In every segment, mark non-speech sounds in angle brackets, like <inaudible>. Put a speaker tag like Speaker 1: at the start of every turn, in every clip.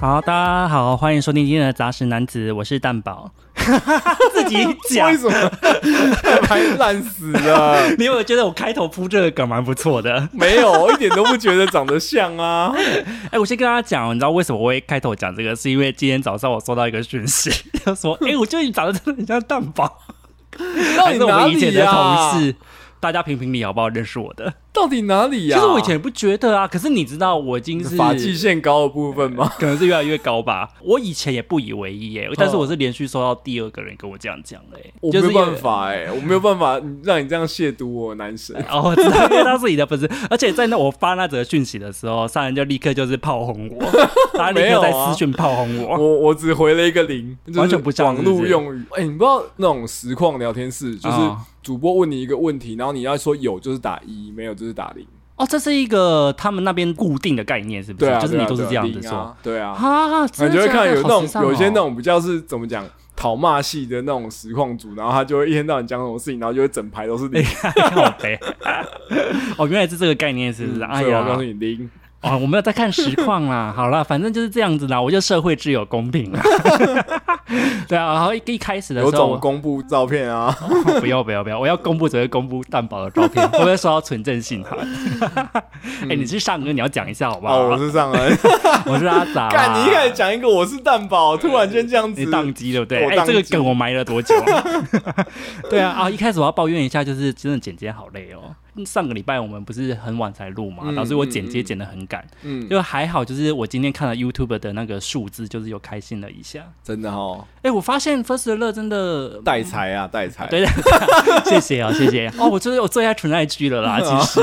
Speaker 1: 好，大家好，欢迎收听今天的杂食男子，我是蛋宝。 <laughs> 自己讲
Speaker 2: 为，什么 <laughs> 还烂死了？
Speaker 1: 你有没有觉得我开头铺这个梗蛮不错的？
Speaker 2: 没有，一点都不觉得长得像啊！
Speaker 1: <laughs> 哎、我先跟大家讲，你知道为什么我会开头讲这个？是因为今天早上我收到一个讯息， <laughs> 他说：“哎、我觉得你长得真的很像蛋堡，
Speaker 2: 到
Speaker 1: 还
Speaker 2: 底
Speaker 1: 是我
Speaker 2: 哪
Speaker 1: 们以前
Speaker 2: 里
Speaker 1: 的
Speaker 2: 呀、
Speaker 1: 同事。”大家评评理好不好？认识我的，
Speaker 2: 到底哪里
Speaker 1: 其
Speaker 2: 呀、
Speaker 1: 实我以前也不觉得啊。可是你知道，我已经是
Speaker 2: 发际线高的部分吗？
Speaker 1: 可能是越来越高吧。我以前也不以为意耶、但是我是连续收到第二个人跟我这样讲的、欸，
Speaker 2: 我
Speaker 1: <laughs> 就
Speaker 2: 没
Speaker 1: 是
Speaker 2: 有
Speaker 1: 因为
Speaker 2: 办法哎、我没有办法让你这样亵渎我，男神。
Speaker 1: <laughs> 哦，我知道，因为他是你的粉丝，而且在那我发那则讯息的时候，上人就立刻就是炮轰
Speaker 2: <laughs>
Speaker 1: 我，他立
Speaker 2: 没
Speaker 1: 刻
Speaker 2: 有啊
Speaker 1: 在私讯炮轰
Speaker 2: <laughs>
Speaker 1: 我。
Speaker 2: 我我只回了一个零，就是
Speaker 1: 完全不像
Speaker 2: 网
Speaker 1: 是不
Speaker 2: 络
Speaker 1: 是
Speaker 2: 用语。哎、你不知道那种实况聊天室，就是
Speaker 1: 哦
Speaker 2: 主播问你一个问题，然后你要说有就是打一，没有就是打零。
Speaker 1: 哦，这是一个他们那边固定的概念，是不是？
Speaker 2: 对啊，
Speaker 1: 就是
Speaker 2: 对
Speaker 1: 你
Speaker 2: 啊
Speaker 1: 都是
Speaker 2: 对啊
Speaker 1: 这样
Speaker 2: 零
Speaker 1: 子说
Speaker 2: 啊。对啊，
Speaker 1: 啊，
Speaker 2: 你
Speaker 1: 真的
Speaker 2: 就会
Speaker 1: 假的
Speaker 2: 看有那
Speaker 1: 好
Speaker 2: 种
Speaker 1: 时尚哦
Speaker 2: 有一些
Speaker 1: <laughs>
Speaker 2: 那种比较是怎么讲讨骂系的那种实况组，然后他就会一天到晚讲什么事情，然后就会整排都
Speaker 1: 哎
Speaker 2: 是零。
Speaker 1: 靠北 <laughs> 哦，原来是这个概念，是不是？哎
Speaker 2: 所嗯啊以我
Speaker 1: 呀
Speaker 2: 要，告诉你零。
Speaker 1: 哦，我没有在看实况
Speaker 2: <laughs>
Speaker 1: 啦。好啦，反正就是这样子啦。我就社会自有公平啦。 <laughs> 对啊，然后一一开始的
Speaker 2: 有
Speaker 1: 时候我
Speaker 2: 种公布照片啊，
Speaker 1: <laughs> 不要不要不要！我要公布只会公布蛋堡的照
Speaker 2: <laughs>
Speaker 1: 片，会不会收到纯正信函？哎、你是上哥，你要讲一下好不好？
Speaker 2: 嗯哦，我是
Speaker 1: <laughs>
Speaker 2: 上恩。
Speaker 1: 我是阿杂啦，啊
Speaker 2: 看你一开始讲一个我是蛋堡，突然间这样子
Speaker 1: 你，宕机对不对？
Speaker 2: 我
Speaker 1: 哎、
Speaker 2: 宕
Speaker 1: 这个
Speaker 2: 机
Speaker 1: 梗我埋了多久、啊？ <laughs> 对啊啊！一开始我要抱怨一下，就是真的剪接好累哦。上个礼拜我们不是很晚才录嘛，
Speaker 2: 嗯
Speaker 1: 导致我剪接剪得很赶，
Speaker 2: 嗯，
Speaker 1: 就还好，就是我今天看了 YouTube 的那个数字，就是又开心了一下。
Speaker 2: 真的哦，
Speaker 1: 哎、我发现 First Love 真的
Speaker 2: 带财啊，带财，
Speaker 1: 对 <laughs> 的，谢谢啊，谢谢哦，我最我最爱纯爱剧了
Speaker 2: <laughs>
Speaker 1: 啦，其实。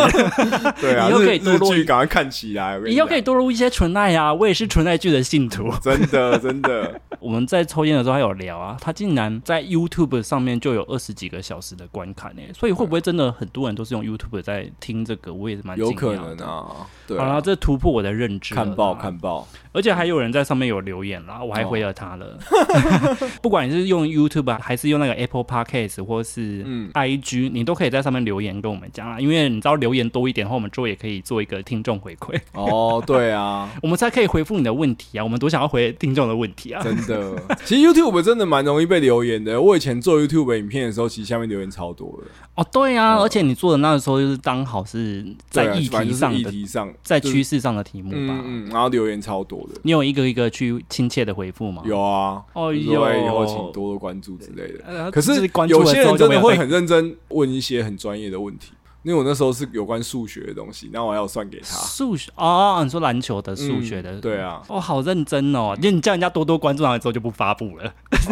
Speaker 2: 对啊，
Speaker 1: 以后可以
Speaker 2: 日
Speaker 1: 多
Speaker 2: 日
Speaker 1: 录一
Speaker 2: 剧赶快看起来，我跟
Speaker 1: 以
Speaker 2: 你
Speaker 1: 后可以
Speaker 2: 讲，
Speaker 1: 多录一些纯爱啊，我也是纯爱剧的信徒。 <laughs>
Speaker 2: 真的真的，
Speaker 1: 我们在抽烟的时候还有聊啊，他竟然在 YouTube 上面就有二十几个小时的观看呢、欸所以会不会真的很多人都是用 YouTube 在听这个？我也是蛮
Speaker 2: 有
Speaker 1: 惊讶
Speaker 2: 可
Speaker 1: 的
Speaker 2: 能。啊，对
Speaker 1: 好
Speaker 2: 啊，
Speaker 1: 啦，这突破我的啊认知了啦
Speaker 2: 看报，看报，
Speaker 1: 而且还有人在上面有留言啦，我还回了他了。
Speaker 2: 哦
Speaker 1: <laughs> 不管你是用 YouTube 啊还是用那个 Apple Podcast 或是
Speaker 2: 嗯
Speaker 1: IG，、你都可以在上面留言跟我们讲啦，因为你知道留言多一点的话，我们之后也可以做一个听众回馈。
Speaker 2: 哦，对啊，
Speaker 1: 我们才可以回复你的问题啊！我们多想要回听众的问题啊！
Speaker 2: <laughs> 真的，其实 YouTube 真的蛮容易被留言的。我以前做 YouTube 影片的时候，其实下面留言超多的，
Speaker 1: 哦，对啊，
Speaker 2: 嗯
Speaker 1: 而且你做的那个时候就是刚好是在
Speaker 2: 对啊
Speaker 1: 议题
Speaker 2: 反正就是
Speaker 1: 上
Speaker 2: 议
Speaker 1: 的，
Speaker 2: 题上，
Speaker 1: 在
Speaker 2: 就是
Speaker 1: 趋势上的题目吧。
Speaker 2: 嗯嗯，然后留言超多的，
Speaker 1: 你有一个一个去亲切的回复吗？。
Speaker 2: 有啊，
Speaker 1: 哦
Speaker 2: 就是说哎
Speaker 1: 哟
Speaker 2: 以后请多多关注之类的。
Speaker 1: 呃
Speaker 2: 可
Speaker 1: 就是关注
Speaker 2: 有
Speaker 1: 了之
Speaker 2: 些
Speaker 1: 后就
Speaker 2: 人真
Speaker 1: 没
Speaker 2: 的
Speaker 1: 有
Speaker 2: 会
Speaker 1: 再
Speaker 2: 很认真问一些很专业的问题，因为我那时候是有关数学的东西，然后我还要算
Speaker 1: 啊
Speaker 2: 给他。
Speaker 1: <laughs> 数学哦，你说篮球的、数
Speaker 2: 嗯
Speaker 1: 学的，
Speaker 2: 对啊
Speaker 1: 哦，好认真哦！就你叫人家多多关注，然后之后就不发布了。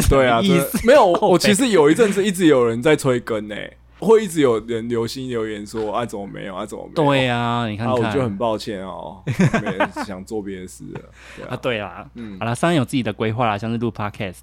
Speaker 2: 对啊，
Speaker 1: 意
Speaker 2: 真的
Speaker 1: 思哦
Speaker 2: 没
Speaker 1: <laughs>
Speaker 2: 有。
Speaker 1: 靠
Speaker 2: 我其
Speaker 1: 北
Speaker 2: 实有一阵子一直有人在催更呢、会一直有人留心留言说啊怎么没有啊怎么没有。
Speaker 1: 对啊，你看
Speaker 2: 啊，
Speaker 1: 看，
Speaker 2: 我就很抱歉哦，
Speaker 1: <laughs>
Speaker 2: 没想做别的事了。对
Speaker 1: 啊，
Speaker 2: 啊，
Speaker 1: 对啦，
Speaker 2: 嗯
Speaker 1: 好啦，商人有自己的规划啦，像是录 podcast。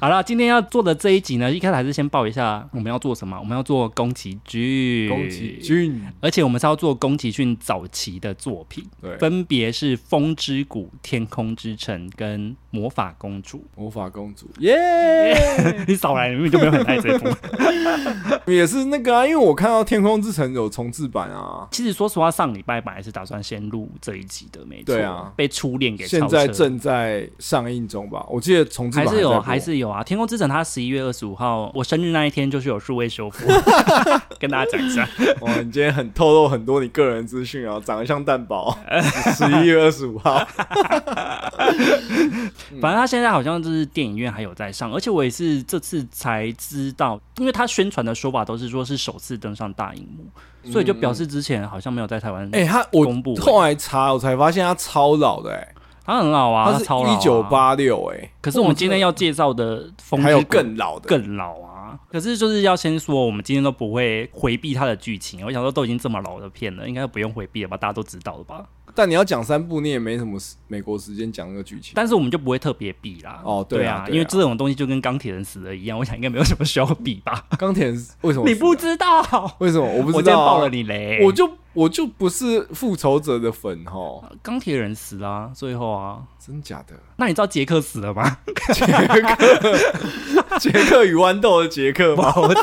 Speaker 1: 好啦，今天要做的这一集呢，一开始还是先报一下我们要做什么。我们要做宫崎骏，
Speaker 2: 宫崎，骏，
Speaker 1: 而且我们是要做宫崎骏早期的作品，
Speaker 2: 对，
Speaker 1: 分别是《风之谷》《天空之城》跟《魔法公主
Speaker 2: 魔法公主，耶、》嗯
Speaker 1: 你 <laughs> 少来，你明明就没有很爱这部。 <laughs>
Speaker 2: 也是那个啊，因为我看到《天空之城》有重置版啊，
Speaker 1: 其实说实话，上礼拜本来是打算先录这一集的，没错，
Speaker 2: 对啊
Speaker 1: 被初恋给
Speaker 2: 现
Speaker 1: 超
Speaker 2: 在
Speaker 1: 车
Speaker 2: 正在上映中吧？我记得重置
Speaker 1: 还
Speaker 2: 版
Speaker 1: 是
Speaker 2: 在
Speaker 1: 有，
Speaker 2: 播
Speaker 1: 还是有啊！天空之城它十一月二十五号，我生日那一天就是有数位修
Speaker 2: <laughs>
Speaker 1: 复，跟大家讲一下。
Speaker 2: 哇，你今天很透露很多你个人资讯啊，长得像蛋
Speaker 1: <laughs>
Speaker 2: 堡，
Speaker 1: 啊
Speaker 2: 十一月二十五号，嗯
Speaker 1: 反正它现在好像就是电影院还有在上，而且我也是这次才知道，因为它宣传的说法都是说是首次登上大荧幕，所以就表示之前好像没有在台湾。
Speaker 2: 嗯哎、他我
Speaker 1: 公布欸
Speaker 2: 后来查，我才发现他超老的、欸，
Speaker 1: 它很老啊，
Speaker 2: 他
Speaker 1: 它超老、
Speaker 2: 是一九。八六，哎，
Speaker 1: 可是我们今天要介绍的风之谷
Speaker 2: 还有更老的，
Speaker 1: 更老啊，嘛。可是就是要先说，我们今天都不会回避它的剧情。我想说，都已经这么老的片了，应该不用回避了吧？大家都知道了吧？
Speaker 2: 但你要讲三部，你也没什么时美国时间讲那个剧情。
Speaker 1: 但是我们就不会特别避啦。
Speaker 2: 哦对
Speaker 1: 对
Speaker 2: 啊对啊
Speaker 1: 因为这种东西就跟钢铁人死了一样，我想应该没有什么需要避
Speaker 2: <laughs>
Speaker 1: 吧？
Speaker 2: 钢铁人是为什么死啊？
Speaker 1: 你不知道？我
Speaker 2: 为什么？我不知道啊、
Speaker 1: 今天爆了你雷，
Speaker 2: 我就我就不是复仇者的粉哈，
Speaker 1: 钢铁人死啦、最后啊。
Speaker 2: 真假 <laughs> 的？
Speaker 1: 那你知道杰克死了吗？ <laughs>
Speaker 2: 杰克与豌豆的杰克 <laughs> 吗？
Speaker 1: 不是，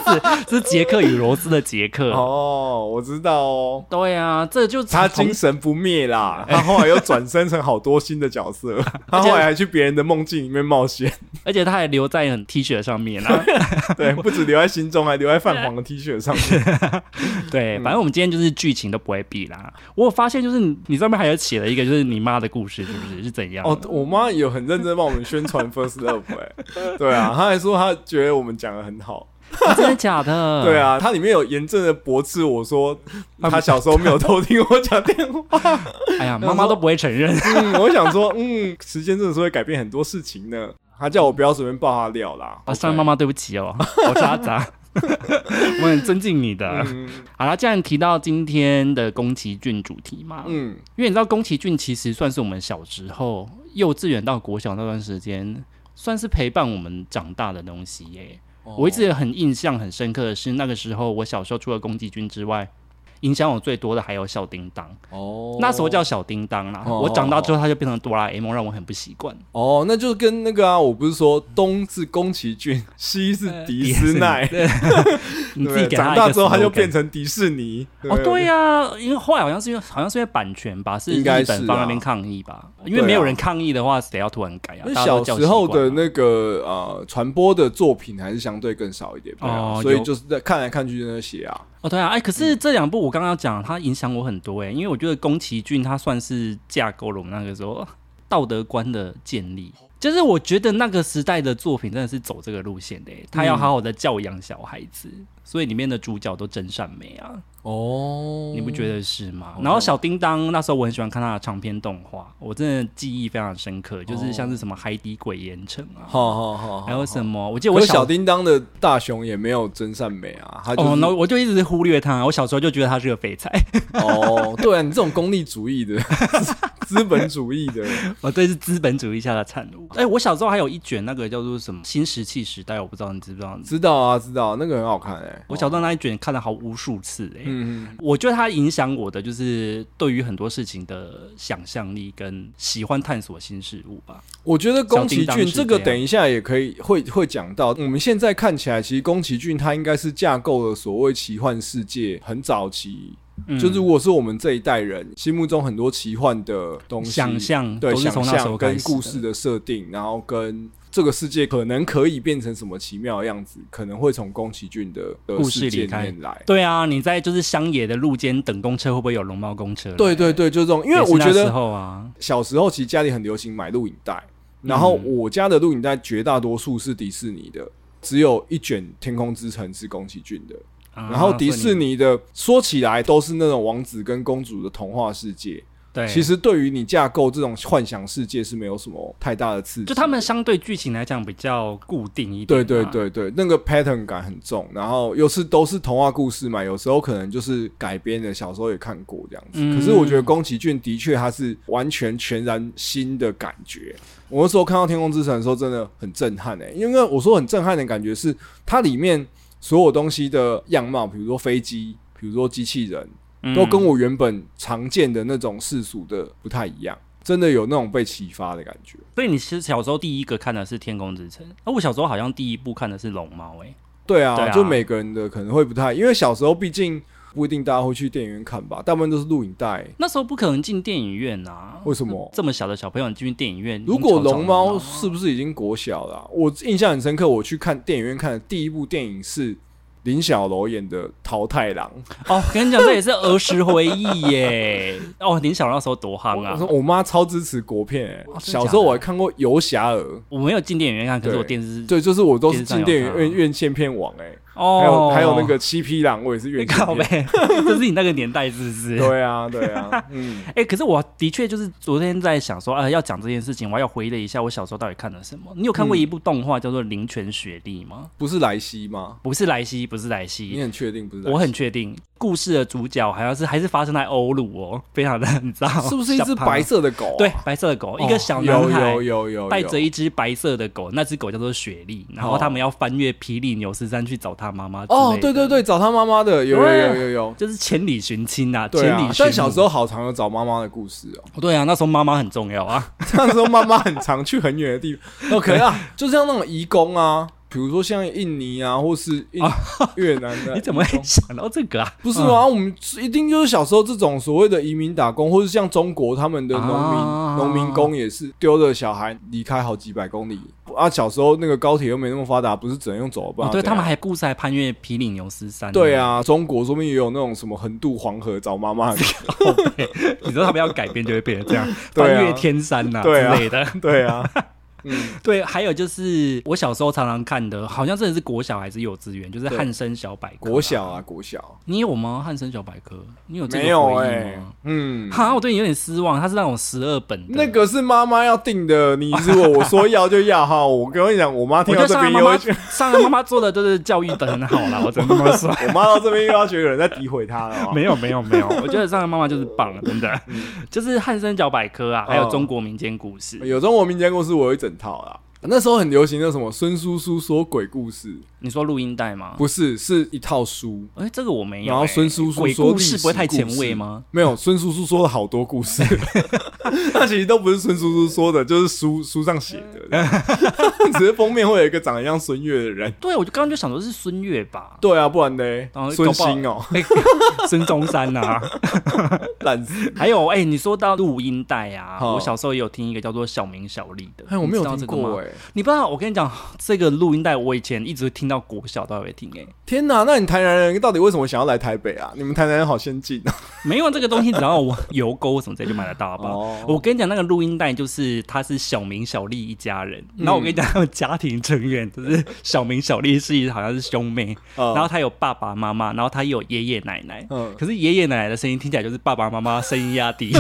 Speaker 1: 是杰克与罗斯的杰克。
Speaker 2: 哦，我知道哦，
Speaker 1: 对啊，这就
Speaker 2: 他
Speaker 1: 从
Speaker 2: 精神不灭 <laughs> 啦，他后来又转身成好多新的角 <laughs> 色，他后来还去别人的梦境里面冒 <laughs> 险，
Speaker 1: 而且他还留在很 T 恤上面
Speaker 2: <laughs>
Speaker 1: 啊。
Speaker 2: 对，不止留在心中，还留在泛黄的 T 恤上面。嗯
Speaker 1: 对，反正我们今天就是剧情都不会避啦。我有发现就是你你上面还有写了一个就是你妈的故事，是不是？是怎样？
Speaker 2: <laughs> 哦，我妈有很认真帮我们宣传 First Love，哎、 <laughs> 对啊，她还说她觉得我们讲的很好。
Speaker 1: 啊真的假的？
Speaker 2: <laughs> 对，啊，她里面有严正的驳斥我说，她小时候没有偷听我讲电话。
Speaker 1: <laughs> 哎呀，妈妈都不会承认。
Speaker 2: 嗯，我想说，嗯，时间真的是会改变很多事情呢。她叫我不要随便爆她料啦。
Speaker 1: 啊，上妈
Speaker 2: 妈，
Speaker 1: 妈，对不起哦， <laughs> 我是阿杂，我很尊敬你的。
Speaker 2: 嗯
Speaker 1: <laughs> 好啦，既然提到今天的宫崎骏主题嘛，
Speaker 2: 嗯，
Speaker 1: 因为你知道宫崎骏其实算是我们小时候幼稚园到国小那段时间，算是陪伴我们长大的东西耶。
Speaker 2: 哦
Speaker 1: 我一直很印象很深刻的是，那个时候我小时候除了宫崎骏之外，影响我最多的还有小叮当。
Speaker 2: 哦
Speaker 1: 那时候叫小叮当啦，
Speaker 2: 哦
Speaker 1: 我长大之后它就变成哆啦 A 梦，让我很不习惯。
Speaker 2: 哦，那就跟那个啊，我不是说东是宫崎骏，西是迪斯奈，对
Speaker 1: <laughs> 你
Speaker 2: 不
Speaker 1: 自己
Speaker 2: 对
Speaker 1: 给它
Speaker 2: 长
Speaker 1: 一个
Speaker 2: 大之后他就
Speaker 1: slogan
Speaker 2: 变成迪士尼。
Speaker 1: 哦，对
Speaker 2: 呀，
Speaker 1: 呀、因为后来好像是因为好像是因为版权吧，是
Speaker 2: 应
Speaker 1: 日
Speaker 2: 该
Speaker 1: 本
Speaker 2: 是啊
Speaker 1: 方那边抗议吧，因为
Speaker 2: 对啊
Speaker 1: 没有人抗议的话，谁要突然改啊？
Speaker 2: 那
Speaker 1: 大家
Speaker 2: 小
Speaker 1: 都叫
Speaker 2: 时候
Speaker 1: 习惯
Speaker 2: 的
Speaker 1: 了
Speaker 2: 那个呃传播的作品还是相对更少一点，对啊
Speaker 1: 哦
Speaker 2: 所以
Speaker 1: 有
Speaker 2: 就是在看来看去就那些啊，
Speaker 1: 哦，对啊，哎，可是这两部我刚刚讲，它影响我很多哎，因为我觉得宫崎骏他算是架构了我们那个时候道德观的建立。就是我觉得那个时代的作品真的是走这个路线的欸，他
Speaker 2: 嗯
Speaker 1: 要好好的教养小孩子，所以里面的主角都真善美啊。
Speaker 2: 哦
Speaker 1: 你不觉得是吗？然后小叮当那时候我很喜欢看他的长篇动画，我真的记忆非常深刻，就是像是什么海底鬼盐城啊，
Speaker 2: 哦好好好，
Speaker 1: 还有什
Speaker 2: 么？
Speaker 1: 么，我记得
Speaker 2: 可
Speaker 1: 哎我
Speaker 2: 是小
Speaker 1: 小
Speaker 2: 叮当的大雄也没有真善美啊，他就
Speaker 1: 哦，
Speaker 2: 是
Speaker 1: 那我就一直忽略他，我小时候就觉得他是个废材， <laughs>
Speaker 2: 哦， <laughs> 对啊，你这种功利主义的、 <laughs> 资本主义的，
Speaker 1: 哦，这是资本主义下的产物。哎，我小时候还有一卷那个叫做什么新石器时代，我不知道你知不知道。
Speaker 2: 知道啊，知道，那个很好看哎、
Speaker 1: 我小时候那一卷看了好无数次哎、
Speaker 2: 嗯，
Speaker 1: 我觉得它影响我的就是对于很多事情的想象力跟喜欢探索新事物吧。
Speaker 2: 我觉得宫崎
Speaker 1: 小叮当
Speaker 2: 骏
Speaker 1: 是
Speaker 2: 这个
Speaker 1: 这样
Speaker 2: 等一下也可以会会讲到。我们现在看起来，其实宫崎骏他应该是架构了所谓奇幻世界很早期。
Speaker 1: 嗯
Speaker 2: 就如果是我们这一代人心目中很多奇幻的东西，
Speaker 1: 想象
Speaker 2: 对
Speaker 1: 都是
Speaker 2: 想
Speaker 1: 从那时
Speaker 2: 象
Speaker 1: 候开
Speaker 2: 跟
Speaker 1: 始
Speaker 2: 故事的设定，然后跟这个世界可能可以变成什么奇妙的样子，可能会从宫崎骏的的
Speaker 1: 故
Speaker 2: 世
Speaker 1: 事
Speaker 2: 界
Speaker 1: 里
Speaker 2: 里
Speaker 1: 开
Speaker 2: 面来。
Speaker 1: 对啊，你在就是乡野的路间等公车，会不会有龙猫公车？
Speaker 2: 对，对对，就这种，因
Speaker 1: 因
Speaker 2: 为我觉
Speaker 1: 时
Speaker 2: 得
Speaker 1: 候啊，
Speaker 2: 小时候其实家里很流行买录影带，然后我家的录影带绝大多数是迪士尼的，只有一卷《天空之城》是宫崎骏的。
Speaker 1: 啊
Speaker 2: 然后迪士
Speaker 1: 所以你
Speaker 2: 尼的说起来都是那种王子跟公主的童话世界，
Speaker 1: 对，
Speaker 2: 其实对于你架构这种幻想世界是没有什么太大的刺激。
Speaker 1: 就他们相对剧情来讲比较固定一点、
Speaker 2: 对对。对对，那个 pattern 感很重，然后又是都是童话故事嘛，有时候可能就是改编的，小时候也看过这样子。
Speaker 1: 嗯
Speaker 2: 可是我觉得宫崎骏的确他是完全全然新的感觉。我那时候看到《天空之城》的时候，真的很震撼哎、因为我说很震撼的感觉是它里面所有东西的样貌，比如说飞机，比如说机器人，
Speaker 1: 嗯
Speaker 2: 都跟我原本常见的那种世俗的不太一样，真的有那种被启发的感觉。
Speaker 1: 所以你其实小时候第一个看的是《天空之城》，而我小时候好像第一部看的是《龙猫》哎，
Speaker 2: 对啊，
Speaker 1: 对啊
Speaker 2: 就每个人的可能会不太，因为小时候毕竟不一定大家会去电影院看吧，大部分都是录影带。
Speaker 1: 那时候不可能进电影院啊。
Speaker 2: 为什么？
Speaker 1: 这么小的小朋友你进去电影院，
Speaker 2: 如果
Speaker 1: 你吵吵闹
Speaker 2: 龙猫
Speaker 1: 闹
Speaker 2: 是不是已经国小了啊、我印象很深刻，我去看电影院看的第一部电影是林小楼演的《桃太郎》 <laughs>
Speaker 1: 哦，跟你讲，这也是儿时回忆耶。哦，林小那时候多夯
Speaker 2: <laughs> 我
Speaker 1: 啊！哦
Speaker 2: 说我妈超支持国片、欸，
Speaker 1: 的
Speaker 2: 小
Speaker 1: 假
Speaker 2: 时候
Speaker 1: 的
Speaker 2: 我还看过《游侠儿》，
Speaker 1: 我没有进电影院看，可是我
Speaker 2: 对
Speaker 1: 电视
Speaker 2: 对，就是我都是
Speaker 1: 电视上
Speaker 2: 进电影
Speaker 1: 有啊
Speaker 2: 院
Speaker 1: 它
Speaker 2: 院线片网、欸，
Speaker 1: 哦，
Speaker 2: 还有还有那个七匹狼，我也是怨气
Speaker 1: 靠
Speaker 2: 片。 <laughs>
Speaker 1: 呗，这是你那个年代是不是？
Speaker 2: 对啊，对啊，
Speaker 1: <laughs>
Speaker 2: 嗯，
Speaker 1: 哎、可是我的确就是昨天在想说，啊，要讲这件事情，我还要回忆了一下我小时候到底看了什么。你有
Speaker 2: 嗯
Speaker 1: 看过一部动画叫做《灵泉雪莉》吗？
Speaker 2: 不是莱西吗？
Speaker 1: 不是莱西，不是莱
Speaker 2: 你
Speaker 1: 西，
Speaker 2: 很确定不是莱西？
Speaker 1: 我很确定，故事的主角好像是还是发生在欧陆哦，非常的，你知道
Speaker 2: 是不是一只白？
Speaker 1: 小胖
Speaker 2: 色的狗啊？
Speaker 1: 对，白色的狗，
Speaker 2: 哦，
Speaker 1: 一个小男孩。
Speaker 2: 有有有有
Speaker 1: 带着一只白色的狗，那只狗叫做雪莉，然后他们要翻越霹雳牛斯山去找他妈妈。
Speaker 2: 哦，对对，对，找他妈妈的，有有有有有，
Speaker 1: 就是千里寻亲啊，
Speaker 2: 对
Speaker 1: 千
Speaker 2: 啊
Speaker 1: 里。寻。
Speaker 2: 但小时候，好常有找妈妈的故事哦， <laughs>
Speaker 1: 对啊，那时候妈妈很重要啊。
Speaker 2: 那时候妈妈很常去很远的地方，哦，可能啊，就像那种移工啊，比如说像印尼啊，或是印越南的移工，
Speaker 1: 哦 <laughs> 你怎么会想到这个啊？
Speaker 2: 不是吗？我们是一定就是小时候这种所谓的移民打工，或是像中国他们的农民
Speaker 1: 啊
Speaker 2: 农、民工也是丢着小孩离开好几百公里啊。小时候那个高铁又没那么发达，不是只能用走的，不
Speaker 1: 哦
Speaker 2: 然，
Speaker 1: 对
Speaker 2: 怎样
Speaker 1: 他们还故事还攀越皮里牛斯山。
Speaker 2: 对，啊，中国说不定也有那种什么横渡黄河找妈妈的，
Speaker 1: <laughs> 你知道他们要改编就会变成这样，
Speaker 2: <laughs> 对啊
Speaker 1: 翻越天山呐、
Speaker 2: 对啊
Speaker 1: 之类的。 <laughs>
Speaker 2: 对啊，
Speaker 1: 对，还有就是我小时候常常看的，好像真的是国小还是幼稚园，就是
Speaker 2: 对
Speaker 1: 汉生小百科。
Speaker 2: 国，小啊，国小
Speaker 1: 你有吗？汉生小百科，你有这个
Speaker 2: 没有
Speaker 1: 回
Speaker 2: 哎、
Speaker 1: 忆吗？
Speaker 2: 嗯，
Speaker 1: 哈，我对你有点失望，它是那种十二本的
Speaker 2: 那。个是妈妈要定的，你如果我 <laughs> 说要就要哈，我跟你讲，我妈
Speaker 1: 我
Speaker 2: 听
Speaker 1: 觉得
Speaker 2: 到这
Speaker 1: 上
Speaker 2: 边
Speaker 1: 海妈
Speaker 2: 又会
Speaker 1: 妈
Speaker 2: 觉得，
Speaker 1: 上海妈妈做的就是教育的很好啦，我只能这么说。
Speaker 2: 我妈到这边又要觉得有人在诋毁她了哦，
Speaker 1: 没有没有
Speaker 2: <laughs>
Speaker 1: 没有，我觉得上海妈妈就是棒了，真的。就是汉生小百科啊，还有
Speaker 2: 嗯哦哎
Speaker 1: 中国民间故事，
Speaker 2: 有中国民间故事，我有一整套啦。那时候很流行那什么孙叔叔说鬼故事，
Speaker 1: 你说录音带吗？
Speaker 2: 不是是一套书，
Speaker 1: 哎、这个我没有、
Speaker 2: 然后
Speaker 1: 哎
Speaker 2: 孙叔叔
Speaker 1: 鬼
Speaker 2: 说
Speaker 1: 故
Speaker 2: 历史
Speaker 1: 事不会太前卫吗？
Speaker 2: 故事？没有，孙叔叔说了好多故
Speaker 1: <laughs>
Speaker 2: 事，那其实都不是孙叔叔说的，就是书书上写
Speaker 1: <laughs>
Speaker 2: 的，只是封面会有一个长得像孙悦的人。
Speaker 1: 对，我就刚刚就想说是孙悦吧，
Speaker 2: 对啊，不然呢？
Speaker 1: 然后
Speaker 2: 孙兴哦，
Speaker 1: 哎 <laughs> 孙中山啊，
Speaker 2: 烂死！
Speaker 1: 还有哎、你说到录音带啊，
Speaker 2: 好
Speaker 1: 我小时候也有听一个叫做小明小丽的，
Speaker 2: 哎，我没有
Speaker 1: 你知道
Speaker 2: 听
Speaker 1: 这个吗
Speaker 2: 过哎。
Speaker 1: 你不知道？我跟你讲，这个录音带我以前一直听到国小都还会听哎、
Speaker 2: 天哪，那你台南人到底为什么想要来台北啊？你们台南人好先进啊！
Speaker 1: 没有这个东西，只要我邮购什么之类就买得到，好不好？
Speaker 2: <laughs> 哦
Speaker 1: 我跟你讲，那个录音带就是他是小明、小丽一家人，
Speaker 2: 嗯
Speaker 1: 然后我跟你讲，他们家庭成员就是小明、小丽是好像是兄妹，
Speaker 2: 嗯
Speaker 1: 然后他有爸爸妈妈，然后他也有爷爷奶奶。
Speaker 2: 嗯
Speaker 1: 可是爷爷奶奶的声音听起来就是爸爸妈妈声音压
Speaker 2: <laughs>
Speaker 1: 低，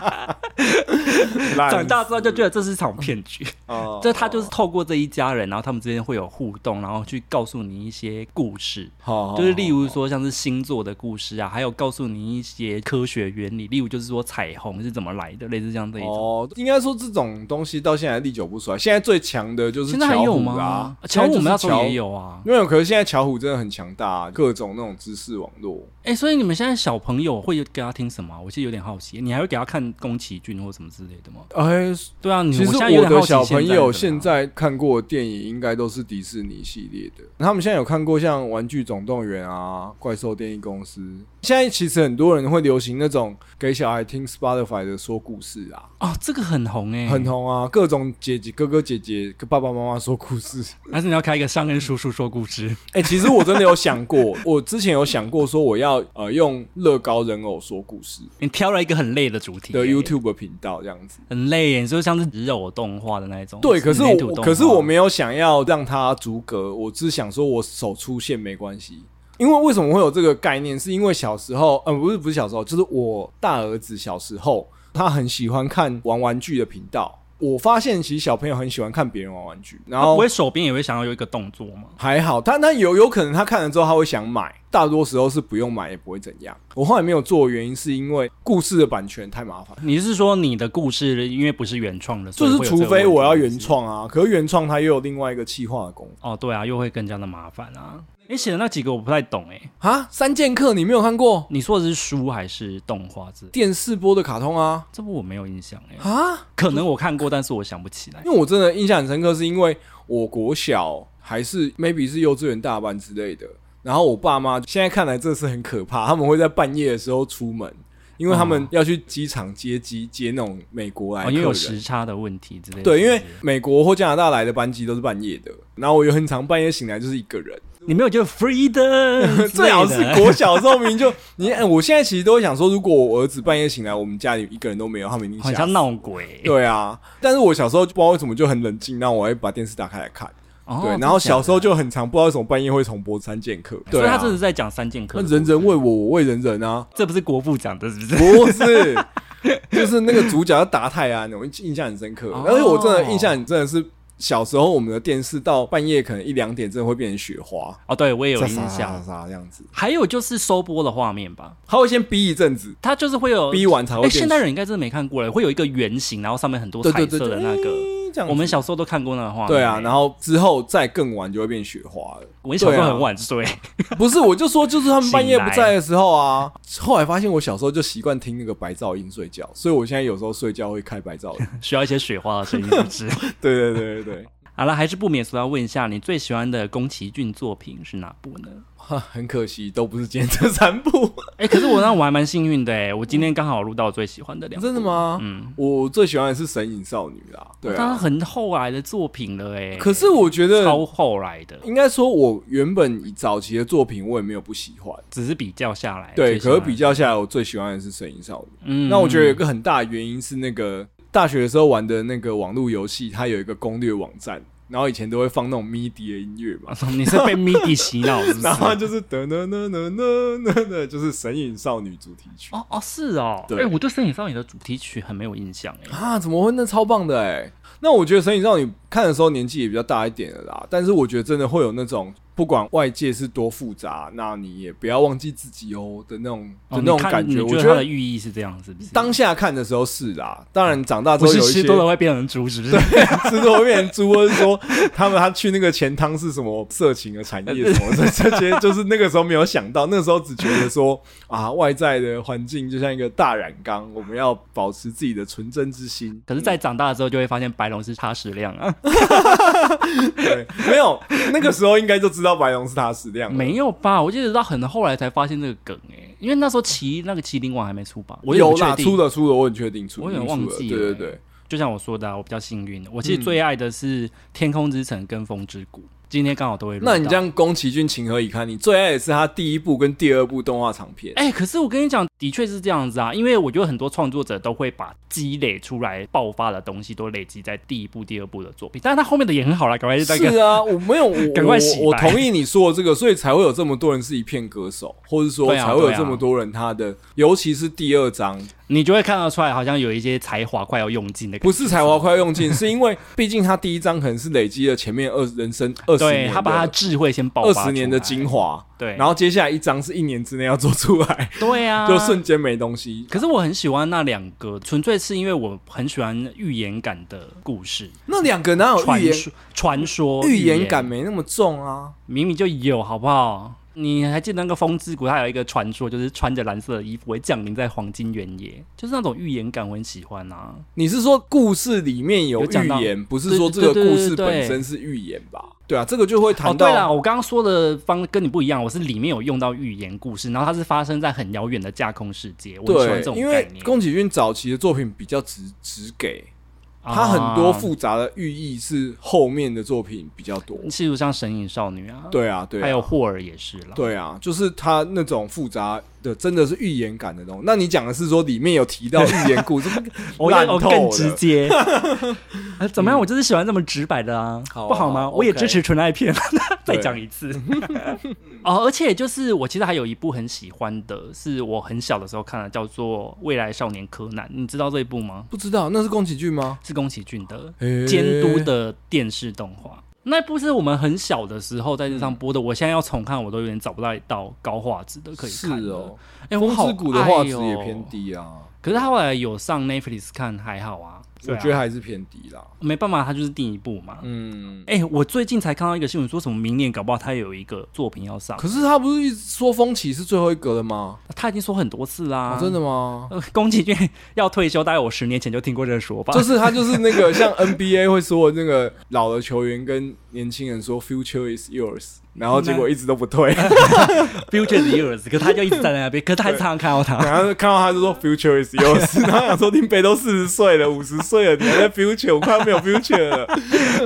Speaker 2: 嗯烂
Speaker 1: 长大之后就觉得这是一场骗局。
Speaker 2: 哦
Speaker 1: 这他就是透过这一家人，然后他们之间会有互动，然后去告诉你一些故事。
Speaker 2: 好，
Speaker 1: 就是例
Speaker 2: 例
Speaker 1: 如说像是星座的故事啊，还有告诉你一些科学原理，例如就是说彩虹是怎么来的，类似像这一种。
Speaker 2: 哦，应该说这种东西到现在历久不衰。现在最强的就是
Speaker 1: 现在还
Speaker 2: 巧
Speaker 1: 有
Speaker 2: 虎
Speaker 1: 吗
Speaker 2: 啊？，
Speaker 1: 巧虎我
Speaker 2: 现
Speaker 1: 们
Speaker 2: 在
Speaker 1: 那时
Speaker 2: 就是巧
Speaker 1: 候也。有啊。
Speaker 2: 没有，可是现在巧虎真的很强大、各种那种知识网络。
Speaker 1: 哎、所以你们现在小朋友会给他听什么啊？我其实有点好奇，你还会给他看宫崎骏或什么之类的吗？
Speaker 2: 哎，
Speaker 1: 对啊，你
Speaker 2: 其实
Speaker 1: 现在有
Speaker 2: 我
Speaker 1: 点好
Speaker 2: 的
Speaker 1: 奇
Speaker 2: 小朋友
Speaker 1: 现
Speaker 2: 现
Speaker 1: 在的
Speaker 2: 在看过的电影应该都是迪士尼系列的，他们现在有看过像《玩具总动员》啊，《怪兽电影公司》。现在其实很多人会流行那种给小孩听 Spotify 的说故事啊，
Speaker 1: 啊哦，这个很红哎、
Speaker 2: 很。红啊，各种姐姐、哥哥、姐姐跟爸爸妈妈说故事。
Speaker 1: 还是你要开一个商人叔叔说故事？
Speaker 2: <laughs> 哎、其实我真的有想过，我之前有想过说我要呃用乐高人偶说故事
Speaker 1: 你挑了一个很累的主题、
Speaker 2: 的
Speaker 1: 欸
Speaker 2: YouTube 频道这样子。
Speaker 1: 很累、欸，你说像是只有动画的那一种。
Speaker 2: 对，可是
Speaker 1: 内图
Speaker 2: 我
Speaker 1: 动画
Speaker 2: 可是我没有想要让它逐格，我只想说我手出现没关系。因为为什么会有这个概念？是因为小时候，呃，不是不是小时候，就是我大儿子小时候，他很喜欢看玩玩具的频道。我发现其实小朋友很喜欢看别人玩玩具，然
Speaker 1: 啊他
Speaker 2: 后
Speaker 1: 不会手边也会想要有一个动作吗？
Speaker 2: 还好，他那有有可能他看了之后他会想买，大多时候是不用买也不会怎样。我后来没有做的原因是因为故事的版权太麻烦，
Speaker 1: 你是说你的故事因为不是原创的，所
Speaker 2: 就
Speaker 1: 以
Speaker 2: 是
Speaker 1: 会有这
Speaker 2: 除
Speaker 1: 个
Speaker 2: 非
Speaker 1: 问题
Speaker 2: 我要原。创啊，可是原创它又有另外一个企划的功夫
Speaker 1: 哦，对啊，又会更加的麻烦啊。你写的那几个我不太懂哎、
Speaker 2: 啊。三剑客你没有看过
Speaker 1: 你说的是书还是动画字？
Speaker 2: 电视播的卡通啊？
Speaker 1: 这部我没有印象哎、
Speaker 2: 啊，
Speaker 1: 可能我看过，但是我想不起
Speaker 2: <laughs>
Speaker 1: 来。
Speaker 2: 因为我真的印象很深刻，是因为我国小还是 maybe 是幼稚园大班之类的，然后我爸妈现在看来这是很可怕，他们会在半夜的时候出门。因为他们要去机场接机，接那种美国来
Speaker 1: 哦，
Speaker 2: 客
Speaker 1: 因为
Speaker 2: 人，
Speaker 1: 有时差的问题之类的。
Speaker 2: 对，因为
Speaker 1: 是不是
Speaker 2: 美国或加拿大来的班机都是半夜的，然后我有很常半夜醒来就是一个人，
Speaker 1: 你没有觉得 freedom
Speaker 2: <laughs> 最好是
Speaker 1: 之类的
Speaker 2: 国小的时候明明就 <laughs> 你，哎我现在其实都会想说，如果我儿子半夜醒来，我们家里一个人都没有，他们一定
Speaker 1: 很
Speaker 2: 吓
Speaker 1: 像
Speaker 2: 死。
Speaker 1: 闹鬼。
Speaker 2: 对啊，但是我小时候就不知道为什么就很冷静，那我会把电视打开来看。
Speaker 1: <laughs> 哦
Speaker 2: 对，然后小时候就很常不知道为什么半夜会重播三剑客，
Speaker 1: 真
Speaker 2: 对
Speaker 1: 的假的所以
Speaker 2: 啊
Speaker 1: 他真的是在讲三剑客的
Speaker 2: 那
Speaker 1: 故事。
Speaker 2: 人人为我，我为人人啊，
Speaker 1: 这不是国父讲的，是不是？
Speaker 2: 不是，就是那个主角叫达泰安，我印象很深刻，
Speaker 1: 哦
Speaker 2: 而且我真的印象很真的是。小时候，我们的电视到半夜可能一两点，真的会变成雪花，
Speaker 1: 哦，对我也
Speaker 2: <laughs>
Speaker 1: 有
Speaker 2: 沙
Speaker 1: 印
Speaker 2: 沙沙
Speaker 1: 象。
Speaker 2: 沙这样子。
Speaker 1: 还有就是收播的画面吧，
Speaker 2: 他会先逼一阵子，
Speaker 1: 它就是会有
Speaker 2: 逼完才会
Speaker 1: 哎，
Speaker 2: 变
Speaker 1: 现代人应该真的没看过了，会有一个圆形，然后上面很多
Speaker 2: 对
Speaker 1: 彩
Speaker 2: 对
Speaker 1: 色
Speaker 2: 对
Speaker 1: 的
Speaker 2: 对
Speaker 1: 那个。
Speaker 2: 嗯这样子
Speaker 1: 我们小时候都看过那个画面。
Speaker 2: 对啊，然
Speaker 1: 后
Speaker 2: 后之后再更晚就会变雪花了。
Speaker 1: 我小时候
Speaker 2: 对啊
Speaker 1: 很晚睡，
Speaker 2: 不是，我就说就是他们半夜
Speaker 1: 醒来
Speaker 2: 不在的时候啊。后来发现我小时候就习惯听那个白噪音睡觉，所以我现在有时候睡觉会开白噪音。
Speaker 1: 需要一些雪花的声音，是不是？
Speaker 2: <laughs> 对对对对对，
Speaker 1: 好了，还是不免俗要问一下，你最喜欢的宫崎骏作品是哪部呢？
Speaker 2: 哈很可惜都不是今天这 <laughs> 三部。
Speaker 1: 哎、可是我那我还蛮幸运的哎、我今天刚好录到我最喜欢的两部，
Speaker 2: 真的？吗？
Speaker 1: 嗯，
Speaker 2: 我最喜欢的是《神隐少女》啦。对
Speaker 1: 它
Speaker 2: 啊，
Speaker 1: 很后来的作品了哎、
Speaker 2: 可是我觉
Speaker 1: 超
Speaker 2: 得
Speaker 1: 后来的，
Speaker 2: 应该说，我原本以早期的作品我也没有不喜欢。
Speaker 1: 只是比较下来，
Speaker 2: 对，可是比
Speaker 1: 较，
Speaker 2: 较下来，我最喜欢的是《神隐少女》。
Speaker 1: 嗯
Speaker 2: 那我觉得有一个很大的原因是那个大学的时候玩的那个网络游戏，它有一个攻略网站，然后以前都会放那种 MIDI 的音乐嘛，
Speaker 1: <laughs> 你是被 MIDI 洗脑是不嗯是
Speaker 2: <laughs> 然？后就是噔噔噔噔噔噔噔，就是《神隐少女》主题曲。
Speaker 1: 哦哦是哦，
Speaker 2: 对
Speaker 1: 哎、我对《身影少女》的主题曲很没有印象哎、
Speaker 2: 啊，怎么会？那超棒的哎、那我觉得《神隐少女》看的时候年纪也比较大一点了啦，但是我觉得真的会有那种不管外界是多复杂，那你也不要忘记自己哦的那种的
Speaker 1: 哦
Speaker 2: 那种
Speaker 1: 你看
Speaker 2: 感觉。
Speaker 1: 你
Speaker 2: 我
Speaker 1: 觉
Speaker 2: 觉
Speaker 1: 它的
Speaker 2: 得
Speaker 1: 寓意是这样是不是？
Speaker 2: 当下看的时候是啦，当然长大之
Speaker 1: 不
Speaker 2: 后
Speaker 1: 是
Speaker 2: 有一
Speaker 1: 吃
Speaker 2: 些
Speaker 1: 多了会变成猪是不是？
Speaker 2: 吃多变成猪，或者说他们他去那个钱汤是什么色情的产业
Speaker 1: <laughs>
Speaker 2: 什么的，这这些就是那个时候没有想到，那时候只觉得说啊，外在的环境就像一个大染缸，我们要保持自己的纯真之心。
Speaker 1: 可是，在长大之后就会发现白龙是差食量啊， <laughs>
Speaker 2: 对， <laughs> 没有那个时候应该就知道白龙是他食量了，
Speaker 1: 没有吧？我记得到很后来才发现这个梗哎、因为那时候麒那个麒麟王还没出吧？我也
Speaker 2: 有
Speaker 1: 不确
Speaker 2: 啦，
Speaker 1: 定
Speaker 2: 出的出的，我很确定出，
Speaker 1: 我有点
Speaker 2: 出
Speaker 1: 忘
Speaker 2: 了
Speaker 1: 记
Speaker 2: 对
Speaker 1: 了
Speaker 2: 对对，
Speaker 1: 就像我说的啊、我比较幸运，我其
Speaker 2: 嗯
Speaker 1: 实最爱的是《天空之城》跟《风之谷》，今天刚好都会录到。
Speaker 2: 那你这样宫崎骏情何以堪？你最爱的是他第一部跟第二部动画长片。
Speaker 1: 哎、可是我跟你讲，的确是这样子啊，因为我觉得很多创作者都会把积累出来爆发的东西都累积在第一部、第二部的作品，但是他后面的也很好啦，赶快那
Speaker 2: 是
Speaker 1: 个。
Speaker 2: 啊，我没有，
Speaker 1: <laughs>
Speaker 2: 我
Speaker 1: 赶快洗白
Speaker 2: 我我同意你说的这个，所以才会有这么多人是一片歌手，或者说
Speaker 1: 对啊
Speaker 2: 才会有
Speaker 1: 对啊
Speaker 2: 这么多人他的，尤其是第二章，
Speaker 1: 你就会看得出来，好像有一些才华快要用尽的感觉。
Speaker 2: 不是才华快用尽，是因为毕竟他第一章可能是累积了前面二人生二十
Speaker 1: 对
Speaker 2: 年的，
Speaker 1: 他把他智慧先爆
Speaker 2: 二
Speaker 1: 发
Speaker 2: 十年的精
Speaker 1: 华，
Speaker 2: 华，
Speaker 1: 对，
Speaker 2: 然后接下来一章是一年之内要做出来，
Speaker 1: 对啊，
Speaker 2: 就瞬间没东西。
Speaker 1: 可是我很喜欢那两个，纯粹是因为我很喜欢预言感的故事，
Speaker 2: 那两个哪有
Speaker 1: 传
Speaker 2: 预哦言？
Speaker 1: 说传说
Speaker 2: 预言感没那么重啊，
Speaker 1: 明明就有，好不好？你还记得那个风之谷，它有一个传说，就是穿着蓝色的衣服会降临在黄金原野，就是那种预言感，我很喜欢啊。
Speaker 2: 你是说故事里面有
Speaker 1: 有讲
Speaker 2: 预
Speaker 1: 到
Speaker 2: 言，不是
Speaker 1: 对
Speaker 2: 说这个
Speaker 1: 对对
Speaker 2: 故
Speaker 1: 对
Speaker 2: 事
Speaker 1: 对
Speaker 2: 本身是预言吧？对啊，这个就会
Speaker 1: 哦，
Speaker 2: 谈
Speaker 1: 对
Speaker 2: 到
Speaker 1: 了，我刚刚说的方跟你不一样，我是里面有用到预言故事，然后它是发生在很遥远的架空世界，我很喜欢这种
Speaker 2: 因
Speaker 1: 概
Speaker 2: 为
Speaker 1: 念。
Speaker 2: 宫崎骏早期的作品比较直直给，
Speaker 1: 啊
Speaker 2: 它很多复杂的寓意是后面的作品比较多。
Speaker 1: 例如像神隐少女啊，，
Speaker 2: 对啊，对啊，
Speaker 1: 还有霍尔也是啦。
Speaker 2: 对啊，就是它那种复杂的，真的是预言感的东西。那你讲的是说里面有提到预言故事，
Speaker 1: <laughs> 我
Speaker 2: 烂
Speaker 1: 要我
Speaker 2: 透
Speaker 1: 更直
Speaker 2: 了。
Speaker 1: 接、 <laughs> 啊怎么样？我就是喜欢这么直白的啊，
Speaker 2: 好啊
Speaker 1: 不好吗？
Speaker 2: 好啊
Speaker 1: 我也
Speaker 2: OK
Speaker 1: 支持纯爱片， <laughs> 再
Speaker 2: 对
Speaker 1: 讲一次。 <laughs> 哦，而且就是我其实还有一部很喜欢的，是我很小的时候看的，叫做《未来少年柯南》，你知道这一部吗？
Speaker 2: 不知道那是宫崎骏吗？
Speaker 1: 是宫崎骏的
Speaker 2: 诶
Speaker 1: 监督的电视动画。那部是我们很小的时候在这
Speaker 2: 嗯
Speaker 1: 上播的，我现在要重看，我都有点找不到一道高画质的可以
Speaker 2: 是
Speaker 1: 看的。
Speaker 2: 哦，
Speaker 1: 哎、我
Speaker 2: 风
Speaker 1: 好
Speaker 2: 之谷的画质
Speaker 1: 爱
Speaker 2: 也
Speaker 1: 哦
Speaker 2: 偏，低啊，
Speaker 1: 可是他后来有上 Netflix 看，还好啊。对
Speaker 2: 我
Speaker 1: 啊
Speaker 2: 觉得还是偏低啦。
Speaker 1: 没办法，他就是第一部嘛。
Speaker 2: 嗯，
Speaker 1: 哎、我最近才看到一个新闻，说什么明年搞不好他有一个作品要上，
Speaker 2: 可是他不是一直说风起是最后一格的吗？
Speaker 1: 他已经说很多次啦。
Speaker 2: 哦真的吗？
Speaker 1: 呃，宫崎骏 <laughs> 要退休，大概我十年前就听过这个说法。
Speaker 2: 就是他就是那个像 NBA 会说那个老的球员跟年轻人说 “future is yours”，然后结果一直都不退，
Speaker 1: <laughs> future is yours，可是他就一直站在
Speaker 2: <laughs>
Speaker 1: 那边，可是他还是常常看到他。
Speaker 2: 然后看到他就说 future is yours，然后想说林北都四十岁了，五十岁了，你还在 future，我快要没有 future 了，